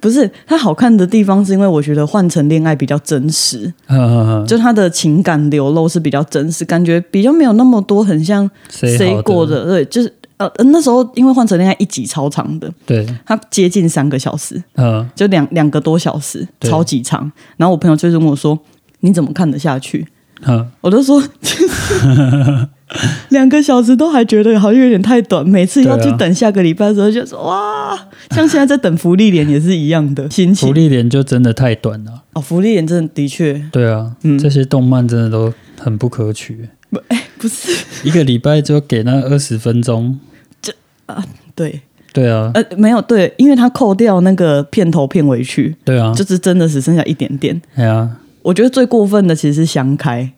[SPEAKER 1] 不是它好看的地方，是因为我觉得《换成恋爱》比较真实，
[SPEAKER 2] 嗯
[SPEAKER 1] 就它的情感流露是比较真实，感觉比较没有那么多很像
[SPEAKER 2] 谁好
[SPEAKER 1] 过？的，对，就是。呃，那时候因为《换成恋爱》一集超长的，
[SPEAKER 2] 对，
[SPEAKER 1] 它接近三个小时，
[SPEAKER 2] 嗯，
[SPEAKER 1] 就两两个多小时，
[SPEAKER 2] 对
[SPEAKER 1] 超级长。然后我朋友就是问我说：“你怎么看得下去
[SPEAKER 2] 嗯，？”
[SPEAKER 1] 我就
[SPEAKER 2] [LAUGHS]
[SPEAKER 1] 说：“两个小时都还觉得好像有点太短，每次要
[SPEAKER 2] 对啊
[SPEAKER 1] 去等下个礼拜的时候，就说哇，像现在在等福利脸也是一样
[SPEAKER 2] [LAUGHS]
[SPEAKER 1] 的心
[SPEAKER 2] 福
[SPEAKER 1] 情
[SPEAKER 2] 利脸就真的太短了。
[SPEAKER 1] 哦。福利脸真的的确
[SPEAKER 2] 对啊，
[SPEAKER 1] 嗯
[SPEAKER 2] 这些动漫真的都很不可取，
[SPEAKER 1] [LAUGHS] 不是
[SPEAKER 2] 一个礼拜就给那二十分钟。
[SPEAKER 1] 对，
[SPEAKER 2] 对啊，
[SPEAKER 1] 呃，没有对，因为他扣掉那个片头片尾曲，
[SPEAKER 2] 对啊，
[SPEAKER 1] 就是真的只剩下一点点。
[SPEAKER 2] 哎呀，
[SPEAKER 1] 我觉得最过分的其实是香开，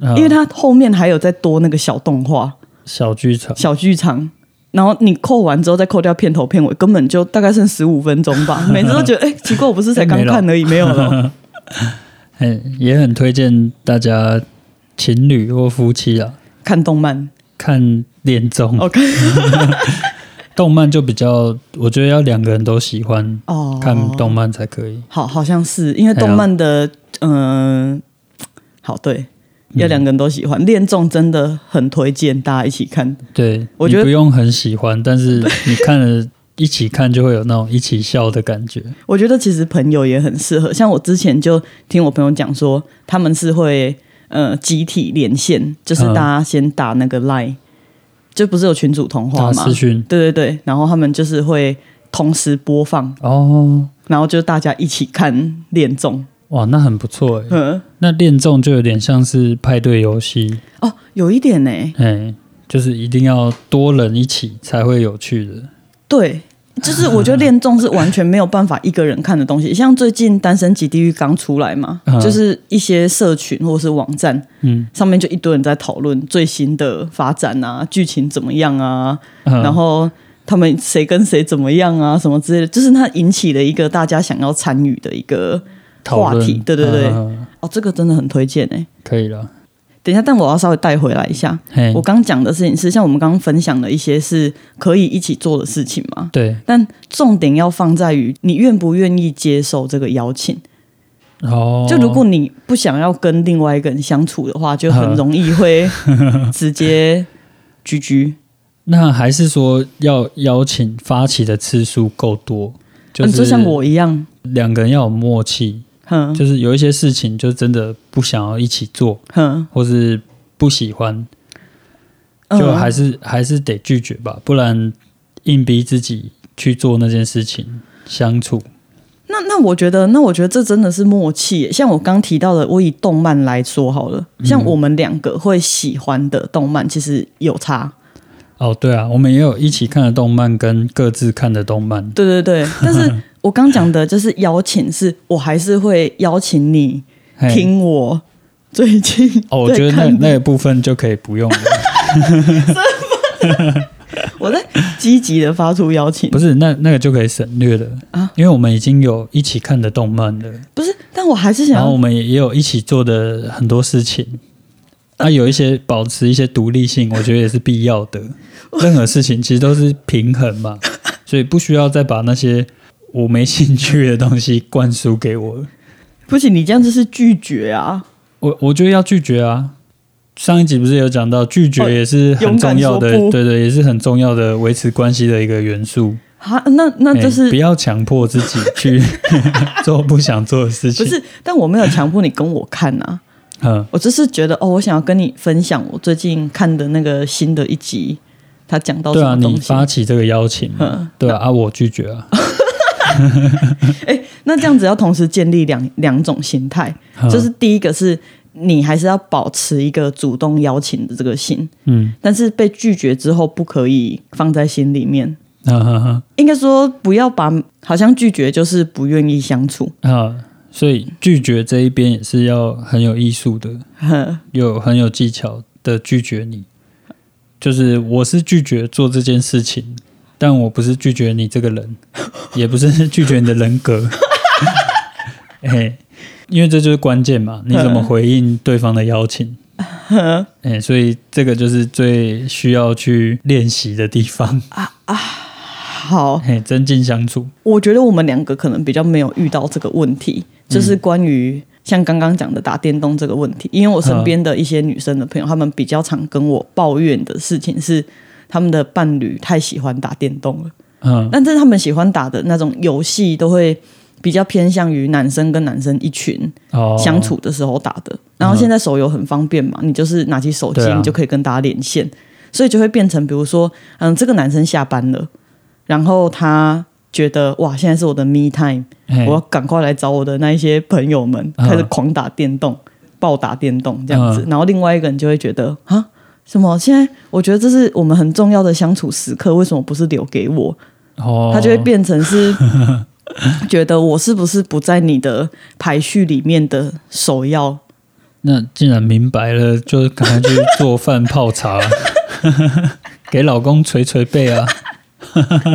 [SPEAKER 2] 啊
[SPEAKER 1] 因为他后面还有再多那个小动画。”
[SPEAKER 2] 小剧场，
[SPEAKER 1] 小剧场，然后你扣完之后再扣掉片头片尾，根本就大概剩十五分钟
[SPEAKER 2] [LAUGHS]
[SPEAKER 1] 吧。每次都觉得，哎、奇怪，我不是才刚看而已，没有了。
[SPEAKER 2] 哎，也很推荐大家情侣或夫妻啊
[SPEAKER 1] 看动漫
[SPEAKER 2] 看恋综，
[SPEAKER 1] ，OK，
[SPEAKER 2] 动漫就比较，我觉得要两个人都喜欢
[SPEAKER 1] 哦，
[SPEAKER 2] 看动漫才可以。
[SPEAKER 1] 好，好像是因为动漫的，
[SPEAKER 2] 哎
[SPEAKER 1] 嗯、好对。要两个人都喜欢，恋综真的很推荐大家一起看。
[SPEAKER 2] 对，
[SPEAKER 1] 我觉得
[SPEAKER 2] 你不用很喜欢，
[SPEAKER 1] [LAUGHS]
[SPEAKER 2] 但是你看了一起看就会有那种一起笑的感觉。
[SPEAKER 1] 我觉得其实朋友也很适合，像我之前就听我朋友讲说，他们是会呃集体连线，就是
[SPEAKER 2] 嗯
[SPEAKER 1] 大家先打那个 line，、就不是有群主通话
[SPEAKER 2] 大
[SPEAKER 1] 嘛
[SPEAKER 2] 私，讯
[SPEAKER 1] 对对对，然后他们就是会同时播放，
[SPEAKER 2] 哦，
[SPEAKER 1] 然后就大家一起看恋综。
[SPEAKER 2] 哇，那很不错哎。
[SPEAKER 1] 嗯，
[SPEAKER 2] 那恋综就有点像是派对游戏，
[SPEAKER 1] 哦，有一点呢、
[SPEAKER 2] 哎，就是一定要多人一起才会有趣的。
[SPEAKER 1] 对，就是我觉得恋综是完全没有办法一个人看的东西。 [LAUGHS] 像最近《单身级地狱》刚出来嘛
[SPEAKER 2] 嗯，
[SPEAKER 1] 就是一些社群或是网站
[SPEAKER 2] 嗯，
[SPEAKER 1] 上面就一堆人在讨论最新的发展啊，剧情怎么样啊，
[SPEAKER 2] 嗯
[SPEAKER 1] 然后。他们谁跟谁怎么样啊，什么之类的，就是它引起了一个大家想要参与的一个
[SPEAKER 2] 嗯讨
[SPEAKER 1] 话
[SPEAKER 2] 论
[SPEAKER 1] 题对对对
[SPEAKER 2] 嗯
[SPEAKER 1] 哦，这个真的很推荐哎、
[SPEAKER 2] 可以了。
[SPEAKER 1] 等一下，但我要稍微带回来一下。
[SPEAKER 2] 嘿
[SPEAKER 1] 我，刚讲的事情是，像我们刚刚分享的一些是可以一起做的事情嘛，
[SPEAKER 2] 对，
[SPEAKER 1] 但重点要放在于你愿不愿意接受这个邀请。
[SPEAKER 2] 哦，
[SPEAKER 1] 就如果你不想要跟另外一个人相处的话，就很容易
[SPEAKER 2] [LAUGHS]
[SPEAKER 1] 会直接居居。
[SPEAKER 2] 那还是说要邀请发起的次数够多，就
[SPEAKER 1] 嗯
[SPEAKER 2] 是
[SPEAKER 1] 就像我一样，
[SPEAKER 2] 两个人要有默契，
[SPEAKER 1] 哼
[SPEAKER 2] 就是有一些事情就真的不想要一起做，
[SPEAKER 1] 哼，
[SPEAKER 2] 或是不喜欢，
[SPEAKER 1] 嗯
[SPEAKER 2] 就还是、还是得拒绝吧，不然硬逼自己去做那件事情相处。
[SPEAKER 1] 那那我觉得，那我觉得这真的是默契耶。像我刚提到的，我以动漫来说好了，像
[SPEAKER 2] 嗯
[SPEAKER 1] 我们两个会喜欢的动漫，其实有差。
[SPEAKER 2] 哦，对啊，我们也有一起看的动漫跟各自看的动漫， [LAUGHS]
[SPEAKER 1] 对对对，但是我刚讲的就是邀请是，我还是会邀请你
[SPEAKER 2] 嘿
[SPEAKER 1] 听我最近
[SPEAKER 2] 哦，我觉得
[SPEAKER 1] 在
[SPEAKER 2] 那
[SPEAKER 1] 看
[SPEAKER 2] 那个部分就可以不用了。 [LAUGHS]
[SPEAKER 1] 我在积极的发出邀请，
[SPEAKER 2] 不是，那那个就可以省略了
[SPEAKER 1] 啊
[SPEAKER 2] 因为我们已经有一起看的动漫了，
[SPEAKER 1] 不是，但我还是想
[SPEAKER 2] 然后
[SPEAKER 1] 要
[SPEAKER 2] 我们也也有一起做的很多事情。那、有一些保持一些独立性，我觉得也是必要
[SPEAKER 1] [LAUGHS]
[SPEAKER 2] 的。任何事情其实都是平衡嘛，所以不需要再把那些我没兴趣的东西灌输给我了。
[SPEAKER 1] 不行，你这样子是拒绝啊，
[SPEAKER 2] 我我觉得要拒绝啊。上一集不是有讲到拒绝
[SPEAKER 1] 哦
[SPEAKER 2] 也是很重要的，
[SPEAKER 1] 勇敢说不
[SPEAKER 2] 对对，也是很重要的维持关系的一个元素。
[SPEAKER 1] 啊，那那就
[SPEAKER 2] 哎
[SPEAKER 1] 是
[SPEAKER 2] 不要强迫自己去 [LAUGHS] 做不想做的事
[SPEAKER 1] 不
[SPEAKER 2] 情。，
[SPEAKER 1] 是？但我没有强迫你跟我看啊，
[SPEAKER 2] 嗯，
[SPEAKER 1] 我只是觉得哦，我想要跟你分享我最近看的那个新的一集，他讲到什
[SPEAKER 2] 对
[SPEAKER 1] 么
[SPEAKER 2] 啊，你
[SPEAKER 1] 东西。
[SPEAKER 2] 发起这个邀请嘛，
[SPEAKER 1] 嗯
[SPEAKER 2] 对啊，啊，我拒绝 [LAUGHS] 啊，
[SPEAKER 1] 那这样子要同时建立两两种心态，
[SPEAKER 2] 嗯
[SPEAKER 1] 就是第一个是你还是要保持一个主动邀请的这个心，
[SPEAKER 2] 嗯，
[SPEAKER 1] 但是被拒绝之后不可以放在心里面，
[SPEAKER 2] 哈啊哈哈
[SPEAKER 1] 应该说不要把好像拒绝就是不愿意相处， [LAUGHS]
[SPEAKER 2] 啊，所以拒绝这一边也是要很有艺术的，
[SPEAKER 1] 呵
[SPEAKER 2] 有很有技巧的拒绝你。就是我是拒绝做这件事情，但我不是拒绝你这个人， [LAUGHS] 也不是拒绝你的人格。 [LAUGHS] 哎，因为这就是关键嘛，你怎么回应对方的
[SPEAKER 1] [LAUGHS]
[SPEAKER 2] 邀请？哎，所以这个就是最需要去练习的地方，
[SPEAKER 1] 好，
[SPEAKER 2] 哎，增进相处。
[SPEAKER 1] 我觉得我们两个可能比较没有遇到这个问题，就是关于像刚刚讲的打电动这个问题，因为我身边的一些女生的朋
[SPEAKER 2] 嗯
[SPEAKER 1] 友，她们比较常跟我抱怨的事情是。她们的伴侣太喜欢打电动了，
[SPEAKER 2] 嗯
[SPEAKER 1] 但是他们喜欢打的那种游戏都会比较偏向于男生跟男生一群
[SPEAKER 2] 哦，嗯
[SPEAKER 1] 相处的时候打的。然后现在手游很方便嘛，你就是拿起手机，
[SPEAKER 2] 对啊
[SPEAKER 1] 你就可以跟大家连线，所以就会变成，比如说，嗯，这个男生下班了，然后他觉得哇，现在是我的 me time，
[SPEAKER 2] 嘿，
[SPEAKER 1] 我要赶快来找我的那一些朋友们，
[SPEAKER 2] 嗯
[SPEAKER 1] 开始狂打电动，暴打电动这样子。然后另外一个人就会觉得啊。什么？现在我觉得这是我们很重要的相处时刻，为什么不是留给我？
[SPEAKER 2] 哦，
[SPEAKER 1] 他就会变成是 [LAUGHS] 觉得我是不是不在你的排序里面的首要？
[SPEAKER 2] 那既然明白了，就赶快去做饭
[SPEAKER 1] [LAUGHS]
[SPEAKER 2] 泡茶，给老公捶捶背啊。 [LAUGHS]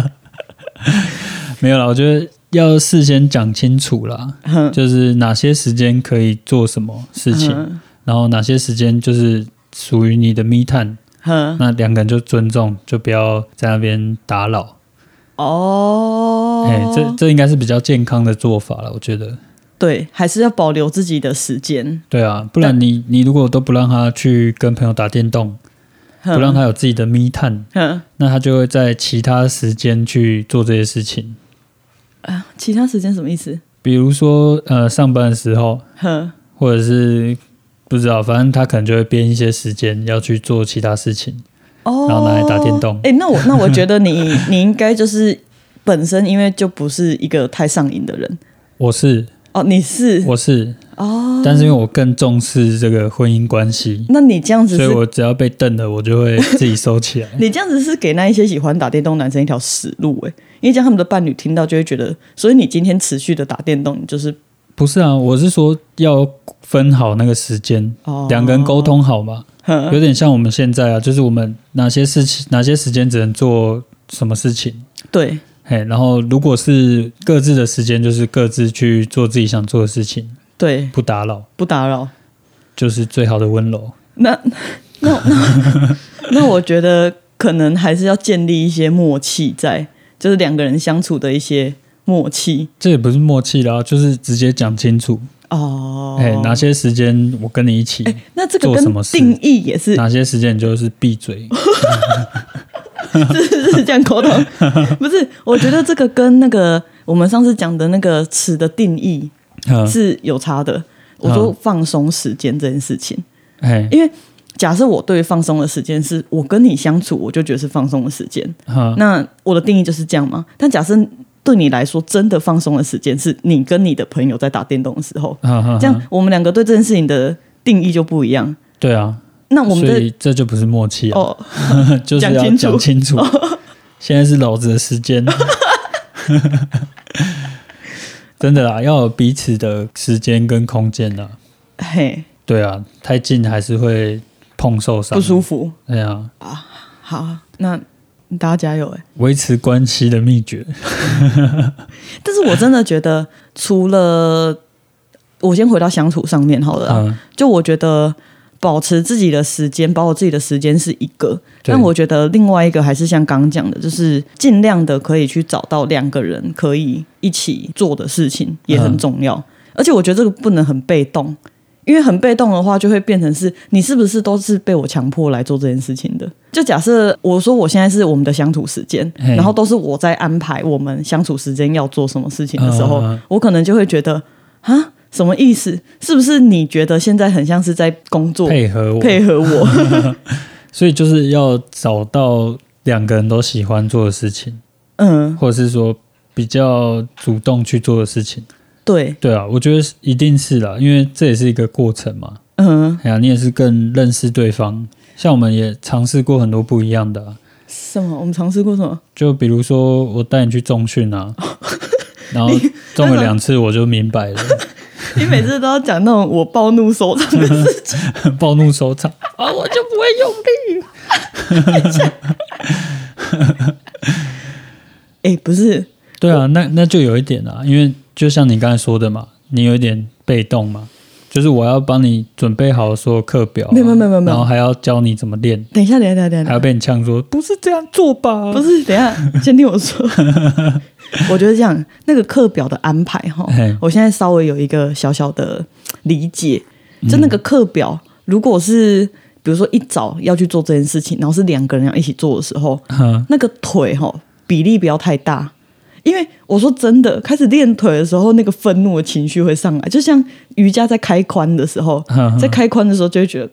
[SPEAKER 2] 没有啦，我觉得要事先讲清楚啦，就是哪些时间可以做什么事情，
[SPEAKER 1] 嗯
[SPEAKER 2] 然后哪些时间就是属于你的密探，
[SPEAKER 1] 哼，
[SPEAKER 2] 那两个人就尊重，就不要在那边打扰。
[SPEAKER 1] 哦，
[SPEAKER 2] 哎、这这应该是比较健康的做法了，我觉得。
[SPEAKER 1] 对，还是要保留自己的时间，
[SPEAKER 2] 对啊，不然你你如果都不让他去跟朋友打电动，
[SPEAKER 1] 哼
[SPEAKER 2] 不让他有自己的密探，
[SPEAKER 1] 哼
[SPEAKER 2] 那他就会在其他时间去做这些事情，
[SPEAKER 1] 啊，其他时间什么意思？
[SPEAKER 2] 比如说呃上班的时候，
[SPEAKER 1] 哼，
[SPEAKER 2] 或者是不知道，反正他可能就会编一些时间要去做其他事情。
[SPEAKER 1] 哦，
[SPEAKER 2] 然后拿来打电动
[SPEAKER 1] 哎、那我那我觉得你你应该就是本身因为就不是一个太上瘾的人
[SPEAKER 2] 我是
[SPEAKER 1] 哦，你是
[SPEAKER 2] 我是，
[SPEAKER 1] 哦，
[SPEAKER 2] 但是因为我更重视这个婚姻关系，
[SPEAKER 1] 那你这样子
[SPEAKER 2] 所以
[SPEAKER 1] 是。。
[SPEAKER 2] 我只要被瞪了，我就会自己收起来
[SPEAKER 1] [LAUGHS]
[SPEAKER 2] [LAUGHS]
[SPEAKER 1] 你这样子是给那一些喜欢打电动男生一条死路哎、因为这样他们的伴侣听到就会觉得，所以你今天持续的打电动，你就是
[SPEAKER 2] 不是啊，我是说要分好那个时间，
[SPEAKER 1] 哦嗯 [LAUGHS]
[SPEAKER 2] 两个人沟通好嘛。
[SPEAKER 1] 哼
[SPEAKER 2] 有点像我们现在啊，就是我们哪些事情、哪些时间只能做什么事情，
[SPEAKER 1] 对，
[SPEAKER 2] 嘿，然后如果是各自的时间，就是各自去做自己想做的事情，
[SPEAKER 1] 对，
[SPEAKER 2] 不打扰，
[SPEAKER 1] 不打扰。
[SPEAKER 2] 就是最好的温柔。
[SPEAKER 1] 那那那 [LAUGHS] 那我觉得可能还是要建立一些默契在，就是两个人相处的一些默契
[SPEAKER 2] 这也不是默契啦，就是直接讲清楚，
[SPEAKER 1] 哦。哎
[SPEAKER 2] 哎、哪些时间我跟你一起，
[SPEAKER 1] 那这个
[SPEAKER 2] 做什么
[SPEAKER 1] 跟
[SPEAKER 2] 事
[SPEAKER 1] 定义也是
[SPEAKER 2] 哪些时间你就是闭嘴。
[SPEAKER 1] [LAUGHS] 是是这样沟
[SPEAKER 2] [LAUGHS]
[SPEAKER 1] 通，不是？我觉得这个跟那个我们上次讲的那个词的定义
[SPEAKER 2] 嗯，
[SPEAKER 1] 是有差的。我说放松时间这件事情，
[SPEAKER 2] 哎，
[SPEAKER 1] 因为假设我对放松的时间是我跟你相处，我就觉得是放松的时间。
[SPEAKER 2] 哈，
[SPEAKER 1] 那我的定义就是这样嘛。但假设对你来说，真的放松的时间是你跟你的朋友在打电动的时候，
[SPEAKER 2] 哈哈，
[SPEAKER 1] 这样
[SPEAKER 2] 哈
[SPEAKER 1] 我们两个对这件事情的定义就不一样。
[SPEAKER 2] 对啊，
[SPEAKER 1] 那我们
[SPEAKER 2] 所
[SPEAKER 1] 的
[SPEAKER 2] 以这就不是默契啊，
[SPEAKER 1] 哦，
[SPEAKER 2] 就是
[SPEAKER 1] 讲
[SPEAKER 2] 要
[SPEAKER 1] 清楚哦
[SPEAKER 2] 讲清楚，现在是老子的时间。 [LAUGHS] 真的啦，要有彼此的时间跟空间啊啦。
[SPEAKER 1] 嘿，
[SPEAKER 2] 对啊，太近还是会碰受伤，
[SPEAKER 1] 不舒。服。
[SPEAKER 2] 对啊，
[SPEAKER 1] 好，那大家加油哎、
[SPEAKER 2] 维持关系的秘诀，
[SPEAKER 1] 但是我真的觉得，除了我先回到相处上面好 [LAUGHS] 了啊、
[SPEAKER 2] 嗯，
[SPEAKER 1] 就我觉得保持自己的时间，把我自己的时间是一个，
[SPEAKER 2] 对
[SPEAKER 1] 但我觉得另外一个还是像刚刚讲的，就是尽量的可以去找到两个人可以一起做的事情也很重
[SPEAKER 2] 嗯
[SPEAKER 1] 要，而且我觉得这个不能很被动。因为很被动的话，就会变成是你是不是都是被我强迫来做这件事情的？就假设我说我现在是我们的相处时间，
[SPEAKER 2] 嘿
[SPEAKER 1] 然后都是我在安排我们相处时间要做什么事情的时候，
[SPEAKER 2] 嗯嗯嗯
[SPEAKER 1] 我可能就会觉得啊，什么意思？是不是你觉得现在很像是在工作
[SPEAKER 2] 配合我，
[SPEAKER 1] 配合我？
[SPEAKER 2] [LAUGHS] 所以就是要找到两个人都喜欢做的事情，
[SPEAKER 1] 嗯，
[SPEAKER 2] 或者是说比较主动去做的事情。
[SPEAKER 1] 对，
[SPEAKER 2] 对啊，我觉得一定是啦，因为这也是一个过程嘛。
[SPEAKER 1] 嗯，
[SPEAKER 2] 哎呀，你也是更认识对方。像我们也尝试过很多不一样的、啊，
[SPEAKER 1] 什么？我们尝试过什
[SPEAKER 2] [LAUGHS]
[SPEAKER 1] 么？
[SPEAKER 2] 就比如说我带你去重
[SPEAKER 1] [LAUGHS]
[SPEAKER 2] 训啊，然后中了两次我就明白
[SPEAKER 1] [LAUGHS]
[SPEAKER 2] 了，
[SPEAKER 1] 你每次都要讲那种我暴怒手掌的
[SPEAKER 2] [LAUGHS]
[SPEAKER 1] 事哦情，
[SPEAKER 2] 暴怒收场啊，我就不会用力。
[SPEAKER 1] [LAUGHS] 哎、不是，
[SPEAKER 2] 对啊，那那就有一点啊，因为就像你刚才说的嘛，你有一点被动嘛，就是我要帮你准备好所有课表啊、
[SPEAKER 1] 没有没有没有没有
[SPEAKER 2] 然后还要教你怎么练，
[SPEAKER 1] 等一下，等一下，等一
[SPEAKER 2] 还
[SPEAKER 1] 下，
[SPEAKER 2] 要被你呛说不是这样做吧？
[SPEAKER 1] 不是，等一下，先听我
[SPEAKER 2] [LAUGHS]
[SPEAKER 1] 说。我觉得这样，那个课表的安排哈
[SPEAKER 2] 嘿，
[SPEAKER 1] 我现在稍微有一个小小的理解，就那个课表，如果是比如说一早要去做这件事情，然后是两个人要一起做的时候，
[SPEAKER 2] 嗯，
[SPEAKER 1] 那个腿哈比例不要太大，因为我说真的，开始练腿的时候，那个愤怒的情绪会上来，就像瑜伽在开髋的时候
[SPEAKER 2] 嗯嗯，
[SPEAKER 1] 在开髋的时候就会觉得。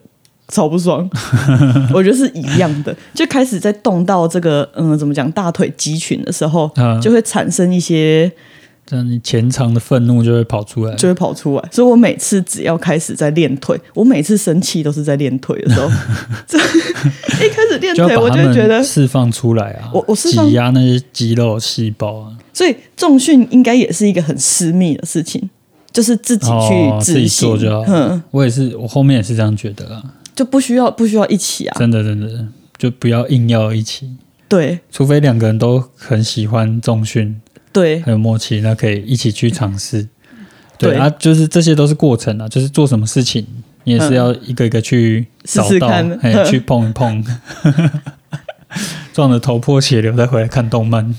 [SPEAKER 1] 超不
[SPEAKER 2] [LAUGHS]
[SPEAKER 1] 爽，我觉得是一样的。就开始在动到这个，嗯，怎么讲，大腿肌群的时候，
[SPEAKER 2] 嗯
[SPEAKER 1] 就会产生一些，
[SPEAKER 2] 这样你潜藏的愤怒就会跑出来。
[SPEAKER 1] 就会跑出来。所以我每次只要开始在练腿，我每次生气都是在练腿的时
[SPEAKER 2] [LAUGHS]
[SPEAKER 1] 候。 [LAUGHS] 这一开始练
[SPEAKER 2] 就
[SPEAKER 1] 腿，
[SPEAKER 2] 要
[SPEAKER 1] 我
[SPEAKER 2] 把
[SPEAKER 1] 就
[SPEAKER 2] 他
[SPEAKER 1] 会觉得
[SPEAKER 2] 们释放出来啊！
[SPEAKER 1] 我我释放
[SPEAKER 2] 挤压那些肌肉细胞啊，
[SPEAKER 1] 所以重训应该也是一个很私密的事情，就是自己
[SPEAKER 2] 哦
[SPEAKER 1] 去
[SPEAKER 2] 自己
[SPEAKER 1] 执行，
[SPEAKER 2] 做就好。
[SPEAKER 1] 嗯，
[SPEAKER 2] 我也是，我后面也是这样觉得啊，
[SPEAKER 1] 就不需要不需要一起啊，
[SPEAKER 2] 真的真的，就不要硬要一起，
[SPEAKER 1] 对
[SPEAKER 2] 除非两个人都很喜欢重训，
[SPEAKER 1] 对
[SPEAKER 2] 很有默契，那可以一起去尝试。
[SPEAKER 1] 嗯
[SPEAKER 2] 对
[SPEAKER 1] 对
[SPEAKER 2] 啊，就是这些都是过程啊，就是做什么事情，你也是要一个一个去找
[SPEAKER 1] 嗯试试
[SPEAKER 2] 到，
[SPEAKER 1] 看嗯
[SPEAKER 2] 哎，去碰一碰， [LAUGHS] 撞得头破血流，再回来看动漫。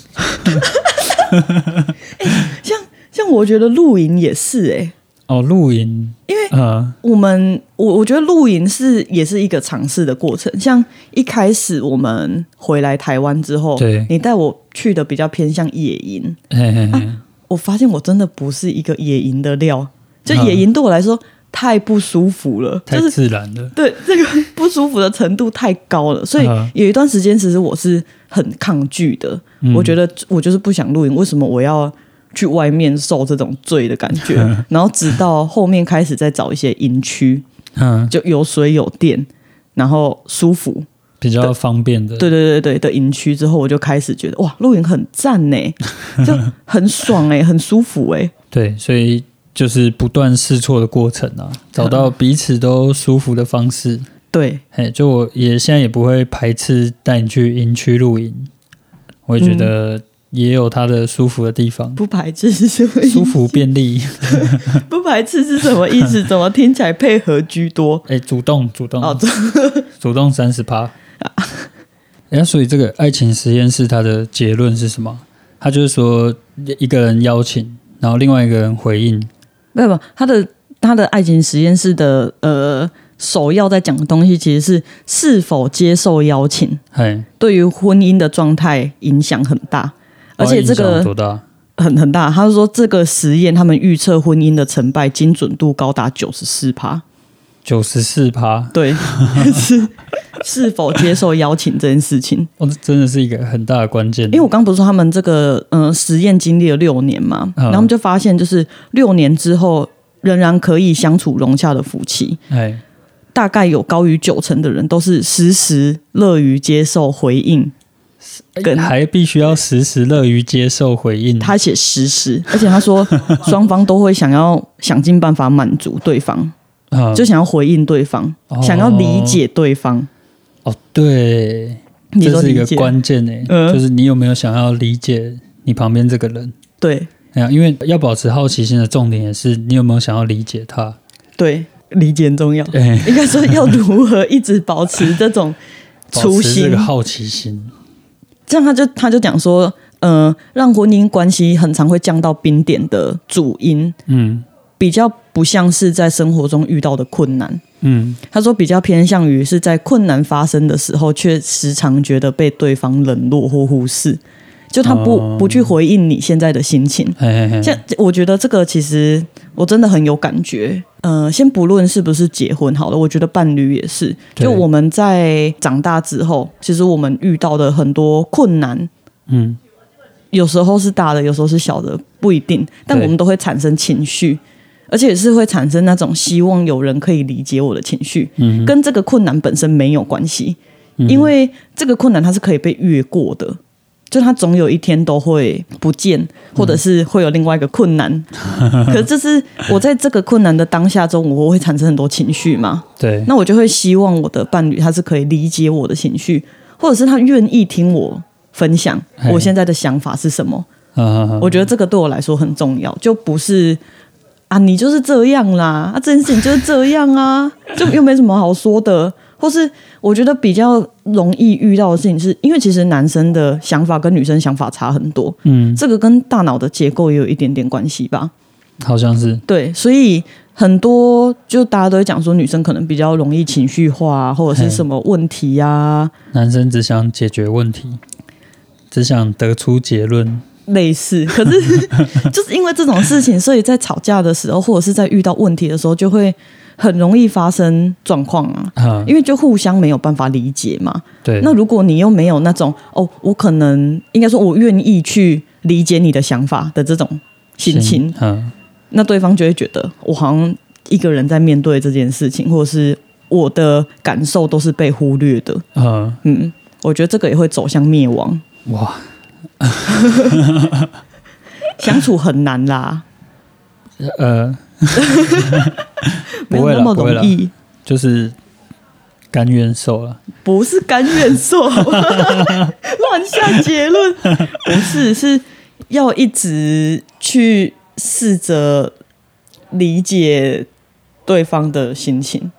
[SPEAKER 1] 像像我觉得露营也是哎、
[SPEAKER 2] 哦，露营，
[SPEAKER 1] 因为
[SPEAKER 2] 呃，
[SPEAKER 1] 我们我我觉得露营是也是一个尝试的过程，像一开始我们回来台湾之后，
[SPEAKER 2] 对
[SPEAKER 1] 你带我去的比较偏向野营，
[SPEAKER 2] 嘿嘿
[SPEAKER 1] 啊
[SPEAKER 2] 嘿，
[SPEAKER 1] 我发现我真的不是一个野营的料，就
[SPEAKER 2] 嗯
[SPEAKER 1] 野营对我来说太不舒服了，
[SPEAKER 2] 太
[SPEAKER 1] 就是
[SPEAKER 2] 自然了。
[SPEAKER 1] 对 [LAUGHS] 这个不舒服的程度太高了，所以
[SPEAKER 2] 嗯
[SPEAKER 1] 有一段时间其实我是很抗拒的。
[SPEAKER 2] 嗯
[SPEAKER 1] 我觉得我就是不想露营，为什么我要去外面受这种罪的感
[SPEAKER 2] [LAUGHS]
[SPEAKER 1] 觉？然后直到后面开始在找一些营区，
[SPEAKER 2] 嗯，
[SPEAKER 1] 就有水有电，然后舒服，
[SPEAKER 2] 比较方便的。
[SPEAKER 1] 对对对对的营区之后，我就开始觉得哇，露营很赞
[SPEAKER 2] [LAUGHS]
[SPEAKER 1] 呢，就很爽哎，很舒服哎，
[SPEAKER 2] 对，所以就是不断试错的过程啊，
[SPEAKER 1] 嗯
[SPEAKER 2] 找到彼此都舒服的方式。
[SPEAKER 1] 对，
[SPEAKER 2] 嘿，就我也现在也不会排斥带你去营区露营，我也
[SPEAKER 1] 嗯
[SPEAKER 2] 觉得也有它的舒服的地方，
[SPEAKER 1] 不排斥是什么意
[SPEAKER 2] 舒
[SPEAKER 1] 思？
[SPEAKER 2] 服便利。 [LAUGHS]
[SPEAKER 1] 不排斥是什么意思？怎么听起来配合居多？
[SPEAKER 2] 哎，主动主动、
[SPEAKER 1] 哦，啊
[SPEAKER 2] 主动三十趴。哎，所以这个爱情实验室它的结论是什么？它就是说一个人邀请，然后另外一个人回应，
[SPEAKER 1] 没有，没有他的他的爱情实验室的呃首要在讲的东西，其实是是否接受邀请，
[SPEAKER 2] 嘿，
[SPEAKER 1] 对于婚姻的状态影响很大，而且这
[SPEAKER 2] 哦影响有
[SPEAKER 1] 个
[SPEAKER 2] 多大？
[SPEAKER 1] 很很大。他是说这个实验，他们预测婚姻的成败精准度高达九十四趴，
[SPEAKER 2] 九十四趴， [LAUGHS]
[SPEAKER 1] 对，是是否接受邀请这件事情。
[SPEAKER 2] 哦，这真的是一个很大的关键。
[SPEAKER 1] 因为我刚不是说他们这个嗯、呃实验经历了六年嘛，然
[SPEAKER 2] 嗯
[SPEAKER 1] 后他们就发现，就是六年之后仍然可以相处融洽的夫妻，
[SPEAKER 2] 哎，
[SPEAKER 1] 大概有高于九成的人都是时时乐于接受回应跟
[SPEAKER 2] 还必须要时时乐于接受回应。
[SPEAKER 1] 他写实时，而且他说双方都会想要想尽办法满足对方，
[SPEAKER 2] 嗯
[SPEAKER 1] 就想要回应对方，
[SPEAKER 2] 哦
[SPEAKER 1] 想要理解对方。
[SPEAKER 2] 哦，对，
[SPEAKER 1] 你
[SPEAKER 2] 这
[SPEAKER 1] 说
[SPEAKER 2] 是一
[SPEAKER 1] 理
[SPEAKER 2] 个
[SPEAKER 1] 解？
[SPEAKER 2] 关键诶、
[SPEAKER 1] 嗯
[SPEAKER 2] 就是你有没有想要理解你旁边这个人？
[SPEAKER 1] 对
[SPEAKER 2] 哎呀，因为要保持好奇心的重点也是你有没有想要理解他。
[SPEAKER 1] 对，理解很重要。
[SPEAKER 2] 哎，
[SPEAKER 1] 应该说要如何一直保持这种初
[SPEAKER 2] [LAUGHS] 保持这
[SPEAKER 1] 心
[SPEAKER 2] 个，好奇心。
[SPEAKER 1] 这样他就他就讲说，呃，让婚姻关系很常会降到冰点的主因，
[SPEAKER 2] 嗯
[SPEAKER 1] 比较不像是在生活中遇到的困难。
[SPEAKER 2] 嗯，
[SPEAKER 1] 他说比较偏向于是在困难发生的时候，却时常觉得被对方冷落或忽视，就他不、
[SPEAKER 2] 哦
[SPEAKER 1] 不去回应你现在的心情。
[SPEAKER 2] 嘿嘿
[SPEAKER 1] 像
[SPEAKER 2] 嘿，
[SPEAKER 1] 我觉得这个其实我真的很有感觉。呃，先不论是不是结婚好了，我觉得伴侣也是。
[SPEAKER 2] 对
[SPEAKER 1] 就我们在长大之后，其实我们遇到的很多困难，
[SPEAKER 2] 嗯，
[SPEAKER 1] 有时候是大的，有时候是小的，不一定。但
[SPEAKER 2] 对
[SPEAKER 1] 我们都会产生情绪，而且是会产生那种希望有人可以理解我的情绪，
[SPEAKER 2] 嗯
[SPEAKER 1] 跟这个困难本身没有关系，
[SPEAKER 2] 嗯
[SPEAKER 1] 因为这个困难它是可以被越过的。就它总有一天都会不见，或者是会有另外一个困
[SPEAKER 2] [LAUGHS]
[SPEAKER 1] 难。可是这是我在这个困难的当下中，我会产生很多情绪嘛？
[SPEAKER 2] 对，
[SPEAKER 1] 那我就会希望我的伴侣他是可以理解我的情绪，或者是他愿意听我分享
[SPEAKER 2] 嘿
[SPEAKER 1] 我现在的想法是什么。
[SPEAKER 2] 嗯，
[SPEAKER 1] 我觉得这个对我来说很重要，就不是啊，你就是这样啦，啊，这件事情就是这样啊，就又没什么好说的。或是我觉得比较容易遇到的事情是，因为其实男生的想法跟女生想法差很多，
[SPEAKER 2] 嗯，
[SPEAKER 1] 这个跟大脑的结构也有一点点关系吧。
[SPEAKER 2] 好像是，
[SPEAKER 1] 对，所以很多就大家都会讲说，女生可能比较容易情绪化、啊，或者是什么问题啊，
[SPEAKER 2] 男生只想解决问题，只想得出结论。
[SPEAKER 1] 类似。 [LAUGHS] 可是就是因为这种事情，所以在吵架的时候，或者是在遇到问题的时候，就会很容易发生状况啊。
[SPEAKER 2] 啊，
[SPEAKER 1] 因为就互相没有办法理解嘛。
[SPEAKER 2] 对，
[SPEAKER 1] 那如果你又没有那种哦，我可能应该说我愿意去理解你的想法的这种心情，
[SPEAKER 2] 嗯，
[SPEAKER 1] 那对方就会觉得我好像一个人在面对这件事情，或者是我的感受都是被忽略的。
[SPEAKER 2] 嗯，
[SPEAKER 1] 嗯，我觉得这个也会走向灭亡，
[SPEAKER 2] 哇，
[SPEAKER 1] 相处很难
[SPEAKER 2] [LAUGHS]
[SPEAKER 1] 啦，
[SPEAKER 2] 呃，
[SPEAKER 1] 没
[SPEAKER 2] 不
[SPEAKER 1] 有
[SPEAKER 2] 会
[SPEAKER 1] 那么
[SPEAKER 2] 了，不会了
[SPEAKER 1] 容，易。
[SPEAKER 2] 就是甘愿受了。
[SPEAKER 1] 不是甘愿受， [LAUGHS] 乱下结论，不
[SPEAKER 2] [LAUGHS]
[SPEAKER 1] 是是要一直去试着理解对方的心情，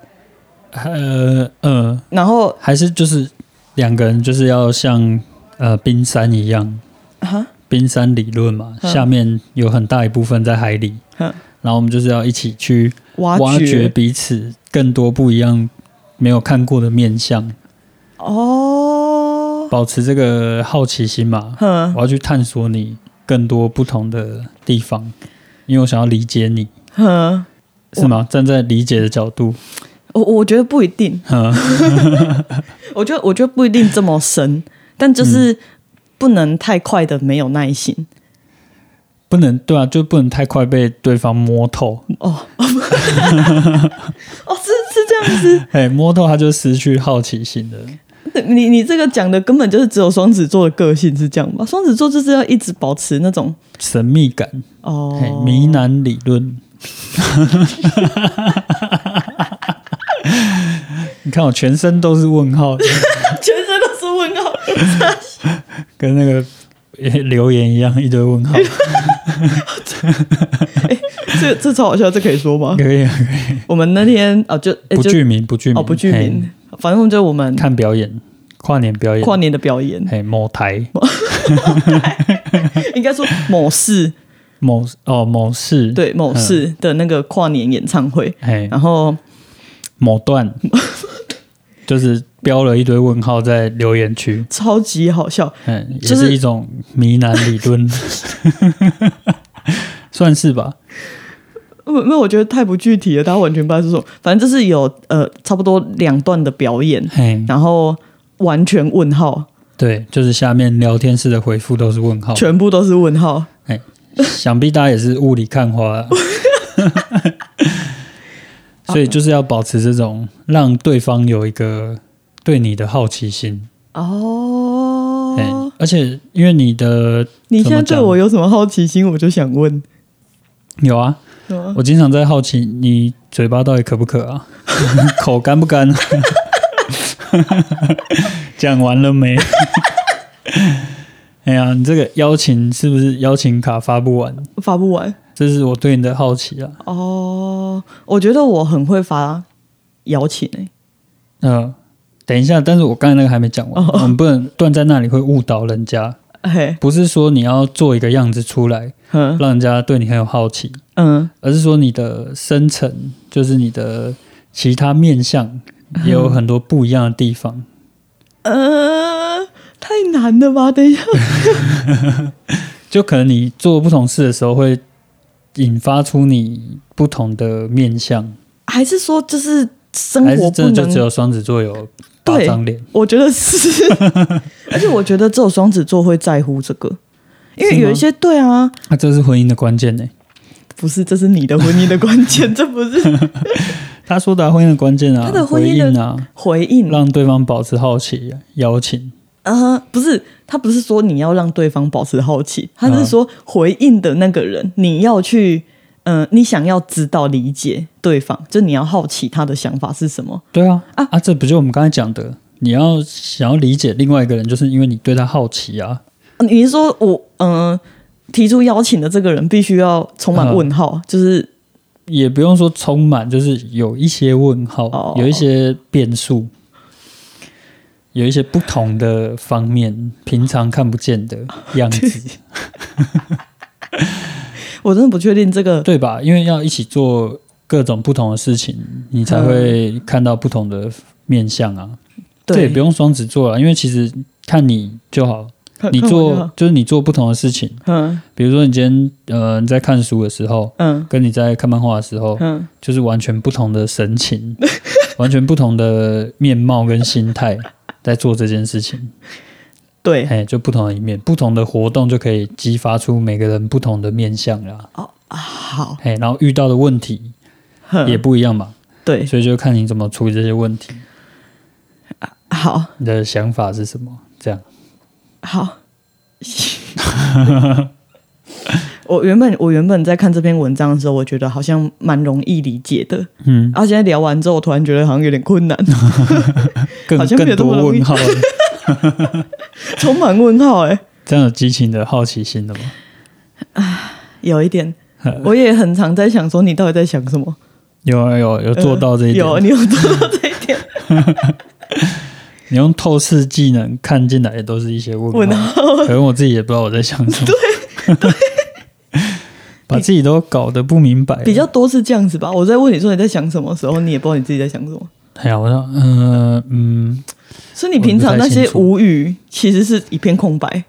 [SPEAKER 2] 呃呃，
[SPEAKER 1] 然后
[SPEAKER 2] 还是就是两个人就是要像呃冰山一样，
[SPEAKER 1] 啊，
[SPEAKER 2] 冰山理论嘛，
[SPEAKER 1] 嗯
[SPEAKER 2] 下面有很大一部分在海里，
[SPEAKER 1] 嗯
[SPEAKER 2] 然后我们就是要一起去
[SPEAKER 1] 挖
[SPEAKER 2] 挖掘彼此更多不一样、没有看过的面相，
[SPEAKER 1] 哦，
[SPEAKER 2] 保持这个好奇心嘛。
[SPEAKER 1] 哼
[SPEAKER 2] 我要去探索你更多不同的地方，因为我想要理解你，
[SPEAKER 1] 哼，
[SPEAKER 2] 是吗？站在理解的角度，
[SPEAKER 1] 我我觉得不一定，
[SPEAKER 2] [LAUGHS] 嗯，
[SPEAKER 1] [LAUGHS] 我觉得我觉得不一定这么深，但
[SPEAKER 2] 嗯
[SPEAKER 1] 就是不能太快的没有耐心
[SPEAKER 2] 不能对啊，就不能太快被对方摸透，
[SPEAKER 1] 哦。 [LAUGHS] 哦，是是这样子，
[SPEAKER 2] 哎，摸透他就失去好奇心了。
[SPEAKER 1] 你你这个讲的根本就是只有双子座的个性是这样吧？双子座就是要一直保持那种
[SPEAKER 2] 神秘感，
[SPEAKER 1] 哦
[SPEAKER 2] 嘿，迷男理论。 [LAUGHS] 你看我全身都是问
[SPEAKER 1] [LAUGHS]
[SPEAKER 2] 号，[LAUGHS]
[SPEAKER 1] 全身都是问号，
[SPEAKER 2] 跟那个呃留言一样，一堆
[SPEAKER 1] [LAUGHS]
[SPEAKER 2] 问号。
[SPEAKER 1] 这这超好笑，这可以说吗？
[SPEAKER 2] 可以，可以
[SPEAKER 1] 我们那天哦哎就诶
[SPEAKER 2] 不
[SPEAKER 1] 就
[SPEAKER 2] 具名，不具名，
[SPEAKER 1] 哦不具
[SPEAKER 2] 嘿。
[SPEAKER 1] 名，反正就我们
[SPEAKER 2] 看表演，跨年表演，
[SPEAKER 1] 跨年的表演，
[SPEAKER 2] 嘿某台
[SPEAKER 1] 应该说某市
[SPEAKER 2] 某哦某市
[SPEAKER 1] 对啊某市
[SPEAKER 2] 嗯
[SPEAKER 1] 的那个跨年演唱会，
[SPEAKER 2] 嘿
[SPEAKER 1] 然后
[SPEAKER 2] 某段，就是标了一堆问号在留言区。
[SPEAKER 1] 超级好笑，
[SPEAKER 2] 嗯，也
[SPEAKER 1] 就是
[SPEAKER 2] 是一种迷男理论， [LAUGHS] 算是吧。
[SPEAKER 1] 因为我觉得太不具体了，大家完全不知道是什么。反正就是有呃差不多两段的表演，
[SPEAKER 2] 嘿，
[SPEAKER 1] 然后完全问号，
[SPEAKER 2] 对，就是下面聊天室的回复都是问号，
[SPEAKER 1] 全部都是问号。
[SPEAKER 2] 想必大家也是雾里看花
[SPEAKER 1] [LAUGHS]
[SPEAKER 2] 啊、所以就是要保持这种让对方有一个对你的好奇心，
[SPEAKER 1] 哦，
[SPEAKER 2] 哎、而且因为你的
[SPEAKER 1] 你现在
[SPEAKER 2] 怎
[SPEAKER 1] 对
[SPEAKER 2] 么讲
[SPEAKER 1] 我有什么好奇心，我就想问。
[SPEAKER 2] 有啊，
[SPEAKER 1] 是吗
[SPEAKER 2] 我经常在好奇你嘴巴到底渴不渴啊，口干不干、啊？讲完了没？哎呀，你这个邀请是不是邀请卡发不完？
[SPEAKER 1] 发不完
[SPEAKER 2] 这是我对你的好奇啊。
[SPEAKER 1] 哦，我觉得我很会发邀请欸诶、
[SPEAKER 2] 嗯、等一下，但是我刚才那个还没讲完，我们不能断在那里会误导人家。
[SPEAKER 1] 嘿，
[SPEAKER 2] 不是说你要做一个样子出来，
[SPEAKER 1] 嗯
[SPEAKER 2] 让人家对你很有好奇，
[SPEAKER 1] 嗯，
[SPEAKER 2] 而是说你的深层，就是你的其他面相也有很多不一样的地方。
[SPEAKER 1] 呃，太难了吧？等一下，
[SPEAKER 2] 就可能你做不同事的时候，会引发出你不同的面相，
[SPEAKER 1] 还是说就是生
[SPEAKER 2] 还
[SPEAKER 1] 活不
[SPEAKER 2] 是真的就只
[SPEAKER 1] 能？
[SPEAKER 2] 有双子座有八张脸？
[SPEAKER 1] 我觉得
[SPEAKER 2] [LAUGHS]
[SPEAKER 1] 是，而且我觉得只有双子座会在乎这个，因为
[SPEAKER 2] 是吗
[SPEAKER 1] 有一些对啊，
[SPEAKER 2] 那、这是婚姻的关键呢、
[SPEAKER 1] 不是，这是你的婚姻的关
[SPEAKER 2] [LAUGHS]
[SPEAKER 1] 键，这不是
[SPEAKER 2] 他说的啊、婚姻的关键啊，
[SPEAKER 1] 他的婚
[SPEAKER 2] 回
[SPEAKER 1] 姻的
[SPEAKER 2] 应啊，
[SPEAKER 1] 回应。
[SPEAKER 2] 让对方保持好奇、邀请。
[SPEAKER 1] 呃，不是，他不是说你要让对方保持好奇，他是
[SPEAKER 2] 啊
[SPEAKER 1] 说回应的那个人，你要去，嗯、你想要知道理解对方，就你要好奇他的想法是什么。
[SPEAKER 2] 对啊，
[SPEAKER 1] 啊
[SPEAKER 2] 啊这不就我们刚才讲的，你要想要理解另外一个人，就是因为你对他好奇啊。
[SPEAKER 1] 呃你是说我，嗯、提出邀请的这个人必须要充
[SPEAKER 2] 嗯
[SPEAKER 1] 满问号，就是
[SPEAKER 2] 也不用说充满，就是有一些问号，
[SPEAKER 1] 哦
[SPEAKER 2] 有一些变数，有一些不同的方面，平常看不见的样子，
[SPEAKER 1] [LAUGHS] 我真的不确定这个。
[SPEAKER 2] 对吧？因为要一起做各种不同的事情，你才会看到不同的面相啊。这也不
[SPEAKER 1] 用
[SPEAKER 2] 用双子座啊了，因为其实看你就好，你做，就是你做不同的事情，
[SPEAKER 1] 嗯
[SPEAKER 2] 比如说你今天呃你在看书的时候，
[SPEAKER 1] 嗯
[SPEAKER 2] 跟你在看漫画的时候，
[SPEAKER 1] 嗯，
[SPEAKER 2] 就是完全不同的神情， [LAUGHS] 完全不同的面貌跟心态在做这件事情，
[SPEAKER 1] 对，
[SPEAKER 2] 哎，就不同的一面，不同的活动就可以激发出每个人不同的面相
[SPEAKER 1] 哦
[SPEAKER 2] 啦，
[SPEAKER 1] 啊好，
[SPEAKER 2] 哎，然后遇到的问题
[SPEAKER 1] 哼
[SPEAKER 2] 也不一样嘛，
[SPEAKER 1] 对，
[SPEAKER 2] 所以就看你怎么处理这些问题，
[SPEAKER 1] 好
[SPEAKER 2] 你的想法是什么？这样，
[SPEAKER 1] 好。 [LAUGHS] 我原本我原本在看这篇文章的时候，我觉得好像蛮容易理解的，
[SPEAKER 2] 嗯，
[SPEAKER 1] 然后现在聊完之后，我突然觉得好像有点困难，
[SPEAKER 2] [LAUGHS] 更
[SPEAKER 1] 好像没有
[SPEAKER 2] 更
[SPEAKER 1] 这么
[SPEAKER 2] 多
[SPEAKER 1] 容易
[SPEAKER 2] 问号了， [LAUGHS]
[SPEAKER 1] 充满问号哎、
[SPEAKER 2] 这样有激情的好奇心的吗？
[SPEAKER 1] 有一
[SPEAKER 2] [LAUGHS]
[SPEAKER 1] 点，我也很常在想说你到底在想什么？呃
[SPEAKER 2] 有啊有啊有做到这一点，
[SPEAKER 1] 有你有做到这一点
[SPEAKER 2] 你用透视技能看进来，都是一些问
[SPEAKER 1] 问
[SPEAKER 2] 号。可能我自己也不知道我在想什么。对， [LAUGHS] 把自己都搞得不明白。
[SPEAKER 1] 比较多是这样子吧。我在问你说你在想什么的时候，你也不知道你自己在想什么，
[SPEAKER 2] 哎呀，我说，嗯嗯，
[SPEAKER 1] 所以你平常那
[SPEAKER 2] 我不太
[SPEAKER 1] 些
[SPEAKER 2] 清楚
[SPEAKER 1] 无语其实是一片空白。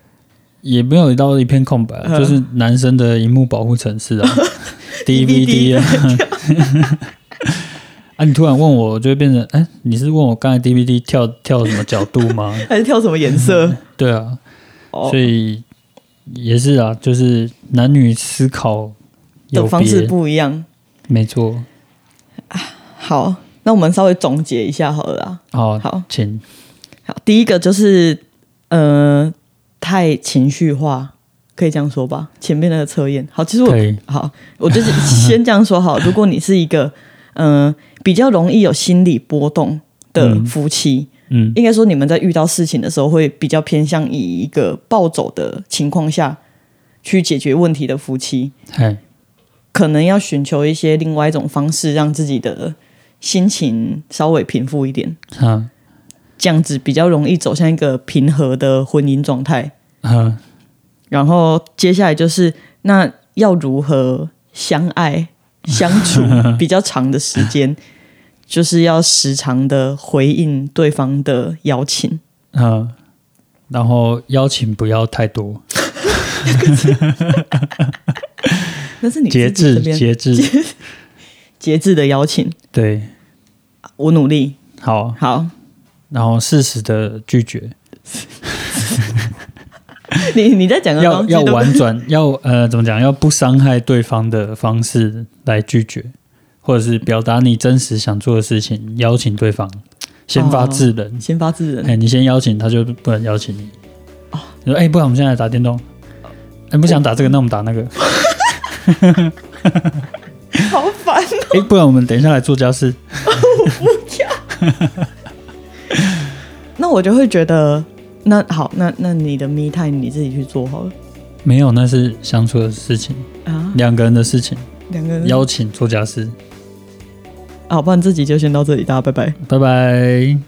[SPEAKER 2] 也没有到一片空白，啊
[SPEAKER 1] 嗯
[SPEAKER 2] 就是男生的荧幕保护城市
[SPEAKER 1] [LAUGHS]
[SPEAKER 2] 啊，DVD [LAUGHS] 啊。啊！你突然问我，我就会变成，哎、你是问我刚才 DVD 跳跳什么角度
[SPEAKER 1] [LAUGHS]
[SPEAKER 2] 吗？
[SPEAKER 1] 还是跳什么颜色？
[SPEAKER 2] 对啊，
[SPEAKER 1] 哦
[SPEAKER 2] 所，以也是啊，就是男女思考有
[SPEAKER 1] 的方式
[SPEAKER 2] 别
[SPEAKER 1] 不一样。
[SPEAKER 2] 没错，
[SPEAKER 1] 好，那我们稍微总结一下好了啦。
[SPEAKER 2] 好，
[SPEAKER 1] 好
[SPEAKER 2] 哦请
[SPEAKER 1] 好，第一个就是呃，太情绪化，可以这样说吧。前面那个测验，好，其实我
[SPEAKER 2] 可以，
[SPEAKER 1] [LAUGHS] 好，我就是先这样说好。如果你是一个嗯、呃比较容易有心理波动的
[SPEAKER 2] 嗯
[SPEAKER 1] 夫妻，
[SPEAKER 2] 嗯，
[SPEAKER 1] 应该说你们在遇到事情的时候会比较偏向以一个暴走的情况下去解决问题的夫妻，
[SPEAKER 2] 嗨，
[SPEAKER 1] 可能要寻求一些另外一种方式，让自己的心情稍微平复一点，
[SPEAKER 2] 啊，
[SPEAKER 1] 这样子比较容易走向一个平和的婚姻状态。
[SPEAKER 2] 啊，
[SPEAKER 1] 然后接下来就是那要如何相爱相处比较长的时 [LAUGHS] 间，就是要时常的回应对方的邀请。
[SPEAKER 2] 啊，然后邀请不要太多，
[SPEAKER 1] 那是你
[SPEAKER 2] 节
[SPEAKER 1] 自己
[SPEAKER 2] 制
[SPEAKER 1] 这，边
[SPEAKER 2] 节
[SPEAKER 1] [LAUGHS]
[SPEAKER 2] 制，
[SPEAKER 1] 节制的邀请，
[SPEAKER 2] 对，
[SPEAKER 1] 我努力。
[SPEAKER 2] 好，
[SPEAKER 1] 好， [LAUGHS]
[SPEAKER 2] 然后适时的拒绝，
[SPEAKER 1] 你你在讲的
[SPEAKER 2] 要
[SPEAKER 1] 东西
[SPEAKER 2] 要
[SPEAKER 1] 都 [LAUGHS]
[SPEAKER 2] 婉转，要呃，怎么讲？要不伤害对方的方式来拒绝，或者是表达你真实想做的事情，邀请
[SPEAKER 1] 哦
[SPEAKER 2] 对方，先发制人，
[SPEAKER 1] 先发制人。哦
[SPEAKER 2] 哎，你先邀请他就不能邀请你，你说，哎、不然我们现在来打电动。哎、不想打这个，那我们打那个。
[SPEAKER 1] 好烦，
[SPEAKER 2] [LAUGHS] 哎、不然我们等一下来做家事。
[SPEAKER 1] [LAUGHS] 那我就会觉得，那好，那那你的 me time 你自己去做好了
[SPEAKER 2] 没有，那是相处的事情，
[SPEAKER 1] 啊，
[SPEAKER 2] 两个人的事情，
[SPEAKER 1] 两个人
[SPEAKER 2] 邀请做家事。
[SPEAKER 1] 好，不然自己就先到这里，大家拜拜。
[SPEAKER 2] 拜拜。